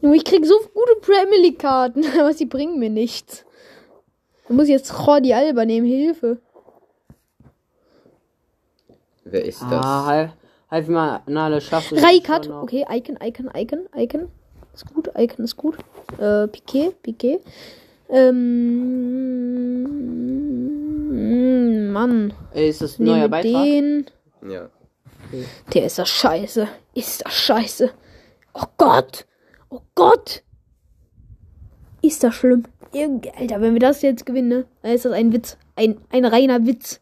S3: Nur ich krieg so gute Premier League Karten, aber sie bringen mir nichts. Da muss ich jetzt Jordi Alba nehmen, Hilfe.
S2: Wer ist das?
S4: Ah, halb, halbfinale schaffst du das
S3: Reikat.
S4: schon noch.
S3: Okay, Icon, Icon, Icon, Icon. Ist gut, Icon ist gut. Äh, Piquet, Piquet. Ähm. Mann.
S4: Äh, Ist das ein neuer
S3: Nehme
S4: Beitrag?
S3: den.
S2: Ja.
S3: Der ist das scheiße. Ist das scheiße. Oh Gott. Oh Gott. Ist das schlimm. Irgend- Alter, wenn wir das jetzt gewinnen, ne, dann ist das ein Witz. Ein, ein reiner Witz.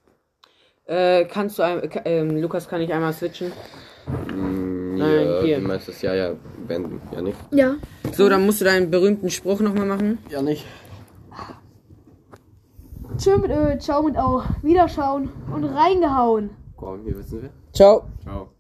S4: Äh, kannst du ein, äh, ka- ähm, Lukas, kann ich einmal switchen? Nein,
S2: ja,
S4: hier.
S2: Du meinst das ja, ja, beenden. Ja, nicht?
S3: Ja.
S4: So, dann musst du deinen berühmten Spruch nochmal machen.
S2: Ja, nicht.
S3: Tschö mit Ö, ciao mit Au. Wiederschauen und reingehauen.
S2: Komm, hier wissen wir.
S4: Ciao.
S2: Ciao.